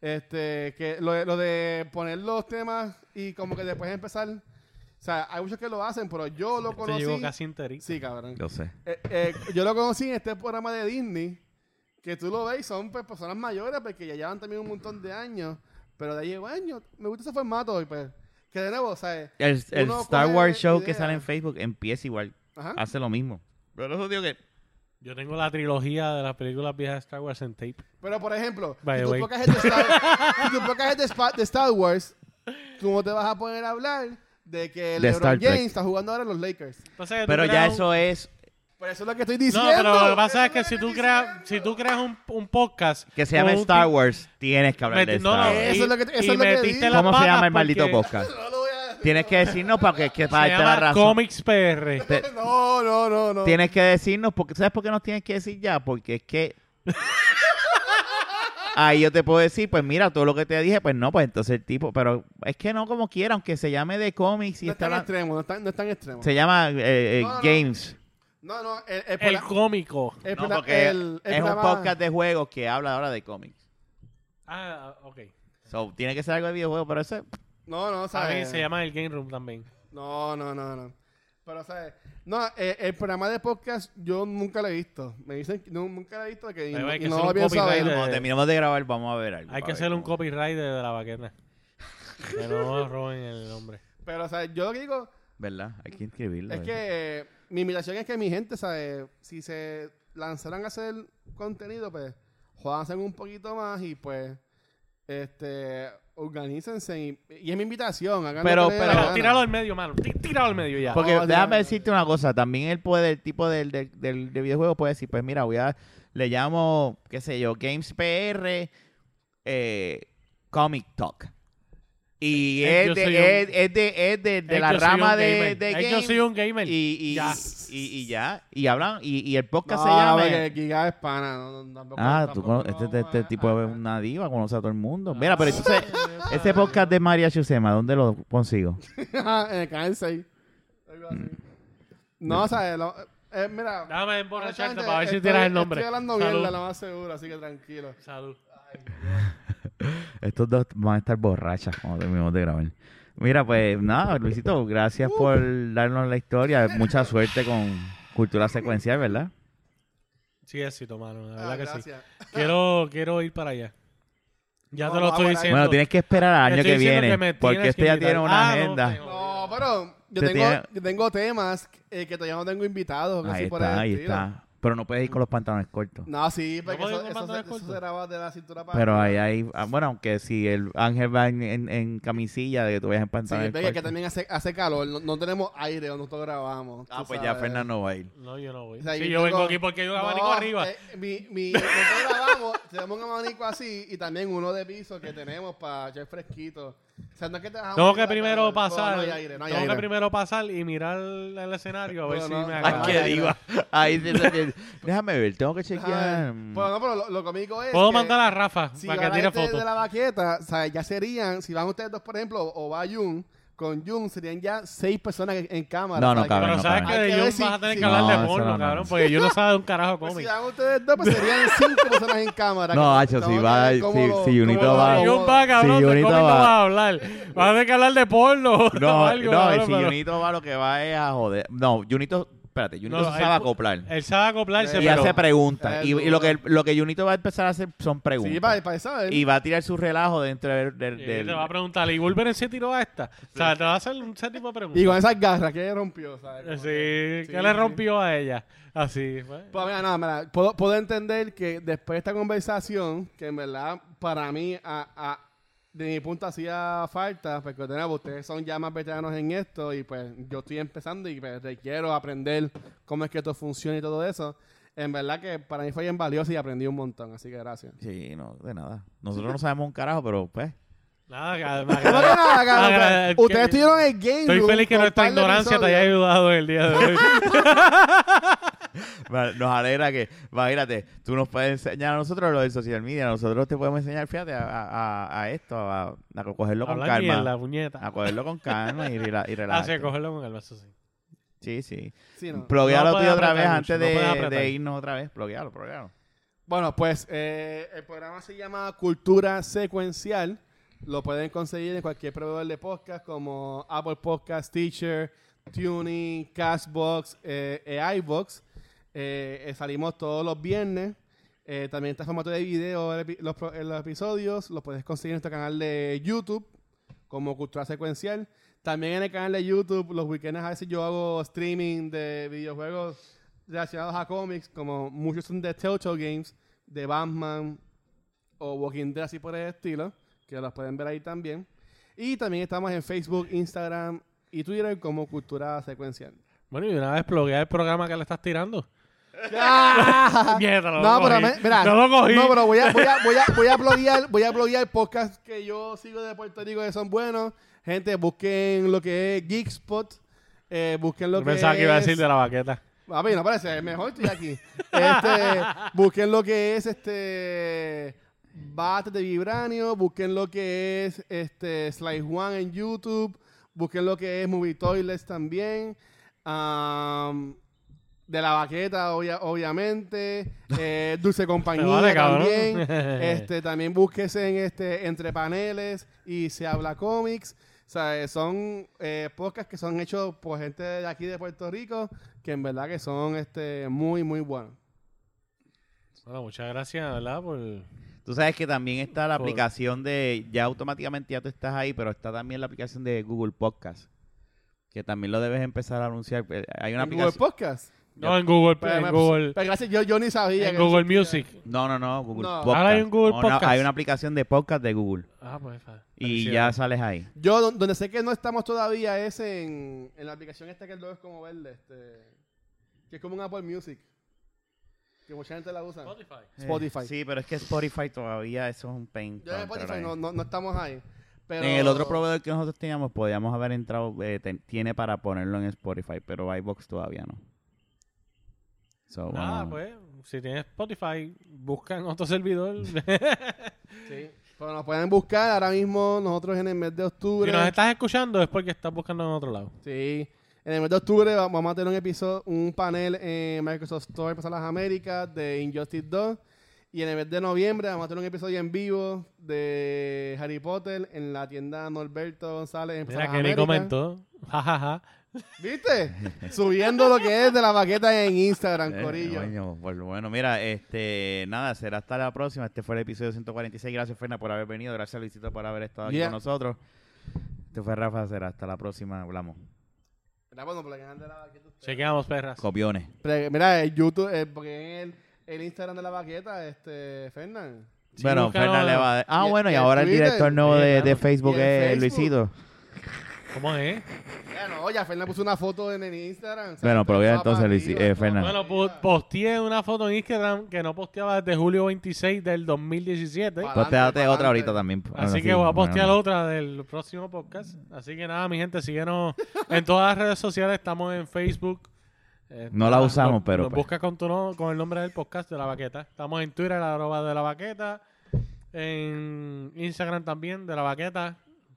Este, que lo, de- lo de poner los temas y como que después empezar. O sea, hay muchos que lo hacen, pero yo lo
Te llegó
conocí.
casi enterito.
Sí, cabrón.
Yo sé.
Eh, eh, yo lo conocí en este programa de Disney, que tú lo ves, y son pues, personas mayores, porque ya llevan también un montón de años. Pero de ahí, bueno, me gusta ese formato, y pues, que de nuevo, ¿sabes?
El, el
Uno
Star
coge
Wars show que
ideas.
sale en Facebook empieza igual.
Ajá.
Hace lo mismo. Pero eso digo que.
Yo tengo la trilogía de las películas viejas de Star Wars en tape.
Pero, por ejemplo,
By
si
the
tu
way.
podcast es de Star, si tu podcast es de Spa- de Star Wars, tú no te vas a poner a hablar de que
Star
LeBron
Trek.
James está jugando ahora en los Lakers.
Entonces, tú
Pero ya
creas un-
eso es.
Por eso es lo que estoy
No,
diciendo.
pero lo que pasa es
Eso
que si
lo
tú
estoy
creas, si
diciendo.
tú creas un, un podcast
Que se llama
con un
Star
ti-
Wars. Tienes que hablar
meti-
de
no,
Star
no,
Wars.
Eso es lo que-
y-
eso es
y
lo que
metiste
dije.
las
¿Cómo se llama el
patas
maldito
porque
podcast?
No lo voy a decir.
Tienes que decirnos para que, que para
Se
darte la
llama
razón.
Comics PR.
Te-
No, no, no, no.
tienes que decirnos porque sabes por qué nos tienes que decir ya porque es que ahí yo te puedo decir pues mira todo lo que te dije pues no pues entonces el tipo pero es que no como quiera aunque se llame de cómics y
no es
está
tan
la-
extremo, no es tan, no es tan extremo.
se llama eh, eh,
No, no.
games
No, no, el, el,
El
programa-
cómico.
el
No,
programa-
porque
el- el
es un
programa-
podcast de juegos que habla ahora de cómics
Ah, ok.
so tiene que ser algo de videojuegos pero eso
No, no,
También
¿sabes?
se llama el Game Room también.
No, no, no, no. Pero, ¿sabes? No, eh, el programa de podcast yo nunca lo he visto. Me dicen que no, nunca lo he visto que, y,
Ahí va, hay
y
que
no
hacer
lo
un
pienso
copyright
ver.
de-
Cuando terminemos de grabar, vamos a ver algo.
Hay
a
que
ver
hacerle un
cómo-
copyright de, de la vaqueta. Que no roben el nombre.
Pero, ¿sabes? Yo lo que digo
¿Verdad? Hay que inscribirlo.
es
¿eh?
que eh, mi invitación es que mi gente, ¿sabes? Si se lanzaran a hacer contenido, pues, jodanse un poquito más y, pues, este, organícense. Y, y es mi invitación. hagan lo
Pero-
que les dé la
pero-
Pero
gana.
tíralo al medio, mano. Tí- Tíralo al medio ya.
Porque
Oh, sí.
déjame decirte una cosa, también él puede, el tipo del, del, del- del videojuego puede decir, pues mira, voy a, le llamo, qué sé yo, Games PR eh, Comic Talk. Y
Eh,
es
yo
de,
soy
es,
un-
es de, es de, de
Es
la
que soy un
rama de,
gamer.
de
Es que Yo
games.
soy un gamer.
y, y,
Ya.
y, y ya, y hablan, y, y el
No,
podcast se llama...
porque Giga es pana. no, no, tampoco-
Ah, tú
tampoco
cono-
lo
este, este
vamos a-
tipo es
a-
una diva, conoce a todo el mundo. Mira, pero entonces, este podcast de María Chusema, ¿dónde lo consigo?
Ajá, Ah, en el canal 6. Algo así.
Mm.
No, o sea, lo- eh, mira.
Déjame emborracharte
honestamente,
para ver si
estoy-
tiras el nombre.
Estoy hablando
Salud.
mierda, lo más seguro, así que tranquilo.
Salud.
Estos dos van a estar borrachas cuando terminemos de grabar. Mira, pues nada, Luisito, gracias por darnos la historia. Mucha suerte con Cultura Secuencial, ¿verdad?
Sí, éxito, mano. La verdad
Ah,
que sí.
gracias.
Quiero, quiero ir para allá. Ya te
Vamos,
lo estoy
vamos,
diciendo.
Bueno, tienes que esperar al
Te
año
estoy
que
diciendo
viene,
Eh, me tienes
porque este
que
ya
invitar.
tiene una
Ah, no,
agenda.
tengo.
No, pero yo
Te
tengo,
tiene-
yo tengo temas eh, que todavía no tengo invitados. que
ahí
sí por el
está, ahí
estilo.
está. Pero no puedes ir con los pantalones cortos.
No, sí, porque
podemos
eso,
ir con
eso, se,
pantalones
eso se
cortos?
graba de la cintura para.
Pero ahí
arriba.
hay, ah, bueno, aunque si el Ángel va en, en- en camisilla, de que tú vayas en
Sí,
pantalones
porque es que
cortos.
también hace, hace calor, no, no tenemos aire, nosotros grabamos.
Ah,
tú
pues ya
sabes.
Fernando va a ir.
No, yo no voy.
O sea,
sí, yo
tengo-
vengo aquí porque yo abanico
No,
arriba.
eh, mi, mi, nosotros grabamos, tenemos un abanico así y también uno de piso que tenemos para echar fresquito. O sea, no es que te dejamos
tengo
ir
que
a
primero
calor,
pasar.
No, no hay aire, no hay
tengo
aire.
que primero pasar y mirar el escenario a ver
No,
si me
no, no,
Ay,
agrada.
no,
qué
no, no.
diva. Ahí se- se- se- Déjame ver, tengo que
Ajá.
chequear. Mm.
Pero no, pero lo, lo cómico es.
Puedo
que
mandar a Rafa
Si
para
va
que
la
tire
gente
fotos.
este de la baqueta, o sea, ya serían, si van ustedes dos, por ejemplo, o va Jun, con Jun serían ya seis personas en, en cámara.
No, no,
o sea, que-
cabrón,
Pero
no,
sabes
cabrón.
que
Hay
de
que ver
Jun
si-
vas a tener
si-
que hablar
No,
de
eso
porno,
no, no.
cabrón, porque yo no sabe de un carajo
Pues si
cómic.
van ustedes dos, pues serían cinco personas en cámara.
No,
Que-
hacho, si
tengo que
va-
ver cómo
si- si
lo- cómo
Junito
lo
va-
Si Jun va,
acomodo.
cabrón,
Sí,
de
Junito
cómic no
va.
vas a hablar. Vas a tener que hablar de porno.
No,
algo,
no,
cabrón,
si
pero-
Junito va lo que va es a joder. No, Junito, espérate, Junito
No,
se
él
sabe
pu-
acoplar.
Él sabe acoplarse,
Y
Y
pero...
hace preguntas.
Él
Y, y lo que lo que Junito va a empezar a hacer son preguntas.
Sí, para, para saber.
y va a tirar su relajo dentro del... del-
Y
del-
te va a preguntar, ¿y Wolverine se tiró a esta? O sea, te va a hacer un ese tipo de preguntas.
Y con esas garras que rompió, ¿sabes? Como
Sí,
que-
¿qué
sí,
le
sí.
rompió a ella? Así. fue.
Pues mira, nada, mira, puedo, puedo entender que después de esta conversación, que en verdad para mí, a, a- de mi punto hacía falta, porque de nuevo, ustedes son ya más veteranos en esto y pues yo estoy empezando y pues, requiero aprender cómo es que esto funciona y todo eso. En verdad que para mí fue bien valioso y aprendí un montón, así que gracias.
Sí, no, de nada. Nosotros no sabemos un carajo, pero pues...
Nada, que- me
No,
agrada-
que nada, cabrón,
me
o sea,
agrada-
ustedes
que-
estuvieron en el game
Estoy
room
feliz que
con
nuestra
par de
ignorancia te haya
episodios.
ayudado el día de hoy.
Va- Nos alegra que, va, mírate, tú nos puedes enseñar a nosotros lo del social media, nosotros te podemos enseñar, fíjate, a, a- a esto, a, a cogerlo con
Hablar
calma.
mierda, puñeta.
Ah, pues,
A cogerlo con calma y, rela-
Ah,
y
sí,
relajarte.
cogerlo con calma, eso sí.
Sí, sí.
Sí, no.
Ploguealo
No
tú
puedes
otra vez
apretar mucho,
antes
no puedes
de,
apretar.
de irnos otra vez. Ploguealo, ploguealo.
Bueno, pues eh, el programa se llama Cultura Secuencial. Lo pueden conseguir en cualquier proveedor de podcast como Apple Podcast, Teacher, Tuning, Castbox, eh, e iVox. Eh, eh, salimos todos los viernes. Eh, también está en formato de video el epi- los, pro- eh, los episodios. Los puedes conseguir en nuestro canal de YouTube como Cultura Secuencial. También en el canal de YouTube, los weekends a veces yo hago streaming de videojuegos relacionados a cómics, como muchos son de Telltale Games, de Batman o Walking Dead, así por el estilo, que los pueden ver ahí también. Y también estamos en Facebook, Instagram y Twitter como Cultura Secuencial.
Bueno, y una vez pluguea el programa que le estás tirando. Ah. Mierda, lo
Ah, No,
cogí.
pero me- mira,
No lo cogí.
no, pero voy a, voy a, voy a, voy a bloguear, voy a bloguear podcast que yo sigo de Puerto Rico que son buenos. Gente, busquen lo que es Geekspot, eh, busquen lo
Yo Pensaba que iba a
es-
decir de la baqueta.
A mí no parece, mejor estoy aquí. Este, busquen lo que es este Bate de Vibranio, busquen lo que es este Slice One en YouTube, busquen lo que es Movie Toilets también. am, de la baqueta, obvia- obviamente. eh, Dulce Compañía
vale, cabrón.
también. Este, también búsquese en este Entre Paneles y Se Habla Comics. O sea, eh, son eh, podcasts que son hechos por gente de aquí de Puerto Rico que en verdad que son este muy, muy buenos.
Bueno, muchas gracias, ¿verdad? Por...
Tú sabes que también está la
Por-
aplicación de, ya automáticamente ya tú estás ahí, pero está también la aplicación de Google Podcast, que también lo debes empezar a anunciar. Eh, Hay una
En Google
aplicación...
Podcast.
No, en Google,
Pero,
en
Pues, me-
Google,
pero gracias, yo, yo ni sabía.
en
que
Google
existía.
Music.
No, no, no, Google
No.
Podcast.
Ahora hay un Google
Una-
Podcast.
hay una aplicación de podcast de Google
Ah, pues. fa-
y
felicidades.
ya sales ahí.
Yo don- donde sé que no estamos todavía es en, en la aplicación esta que el logo es como verde, este, que es como un Apple Music, que mucha gente la usa.
Spotify.
Spotify.
Sí, pero es que Spotify todavía eso es un pain.
Yo en
para entrar
Spotify
ahí.
no, no, no estamos ahí. Pero,
En Eh, el otro proveedor que nosotros teníamos podíamos haber entrado, eh, te- tiene para ponerlo en Spotify, pero iBox todavía no. So,
Nada,
bueno,
pues. Si tienes Spotify, buscan otro servidor. si
Sí. Pero nos pueden buscar ahora mismo nosotros en el mes de octubre.
nos estás escuchando es porque estás buscando en otro lado.
Sí. En el mes de octubre va- vamos a tener un episodio, un panel en Microsoft Store para las Américas de Injustice 2. Y en el mes de noviembre vamos a tener un episodio en vivo de Harry Potter en la tienda Norberto González en
Mira
Plaza
que ni
Américas.
comentó. Ja, ja, ja.
¿Viste? Subiendo lo que es de la baqueta en Instagram,
Eh,
Corillo.
coño, pues bueno, mira, este, nada, será hasta la próxima. Este fue el episodio 146. Gracias, Ferna, por haber venido. Gracias, Luisito, por haber estado aquí
Yeah.
con nosotros. Este fue Rafa, será hasta la próxima. Hablamos.
Mira, pues, bueno, porque es de la baqueta usted.
Chequeamos, perras.
Copiones.
Pero, Mira, el YouTube, eh, porque en el, el Instagram de la baqueta, este, Fernán.
Sí,
bueno,
búscalo.
Fernan le va a... Ah,
Y-
bueno, y
y el
ahora el
Twitter.
director nuevo
Sí,
de, de
claro.
Facebook
Y el
es
Facebook.
Luisito.
¿Cómo es?
Ya no, ya Fernán puso una foto en el Instagram. o sea,
Bueno, pero voy a
estaba
entonces, Luis-
arriba,
eh,
estaba
Fernan.
Bueno,
arriba.
pu- posteé una foto en Instagram que no posteaba desde julio 26 del 2017.
Vale.
Pues te
Adelante,
date otra
adelante.
ahorita también. Bueno,
Así
sí,
que voy a postear
bueno.
otra del próximo podcast. Así que nada, mi gente, síguenos en todas las redes sociales. Estamos en Facebook. Eh,
No la
nada,
usamos,
nos-
pero
Nos
pues.
busca con, tu no- con el nombre del podcast de La Baqueta. Estamos en Twitter, la arroba de La Baqueta. En Instagram también, de La Baqueta.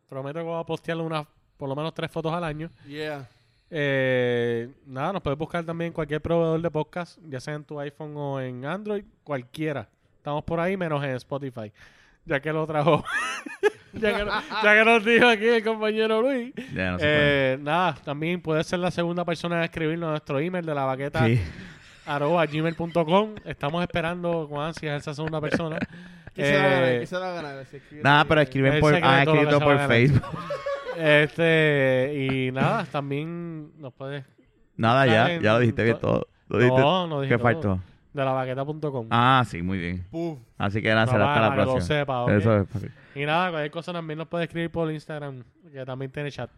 Prometo que voy a postear unas, por lo menos tres fotos al año.
Yeah.
Eh, nada, nos puedes buscar también en cualquier proveedor de podcast, ya sea en tu iPhone o en Android, cualquiera. Estamos por ahí, menos en Spotify, ya que lo trajo. ya, que, lo- ya que nos dijo aquí el compañero Luis.
Ya, no se puede.
Eh, nada, también puedes ser la segunda persona en escribirnos a nuestro email de la baqueta
Sí.
arroba gmail.com. Estamos esperando con ansias esa segunda persona.
¿Qué se va a ganar?
Eh,
¿Qué se va a né? ganar? Si escribe-
Nada, pero
Él
escriben por,
se cree
han
todo lo que
escrito
se
por
va a ganar.
Facebook.
este, y nada, también nos puedes
Nada,
Está
ya,
en
ya lo dijiste que
to-
todo. Lo dijiste.
No, no dije
¿Qué
todo.
faltó?
De la baqueta.com.
Ah, sí, muy bien.
Puf.
Así que nada,
No,
será
para-
hasta la
para que lo
próxima.
sepa, ¿ok?
Eso es. papi.
Y nada, cualquier cosa también nos puede escribir por Instagram, que también tiene chat.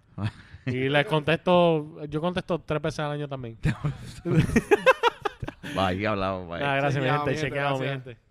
Y les contesto, yo contesto tres veces al año también.
Bye, hablamos, bye.
Nada, gracias, mi gente.
Chequeado, mi gente,
Chequeamos, mi
gracias.
gente.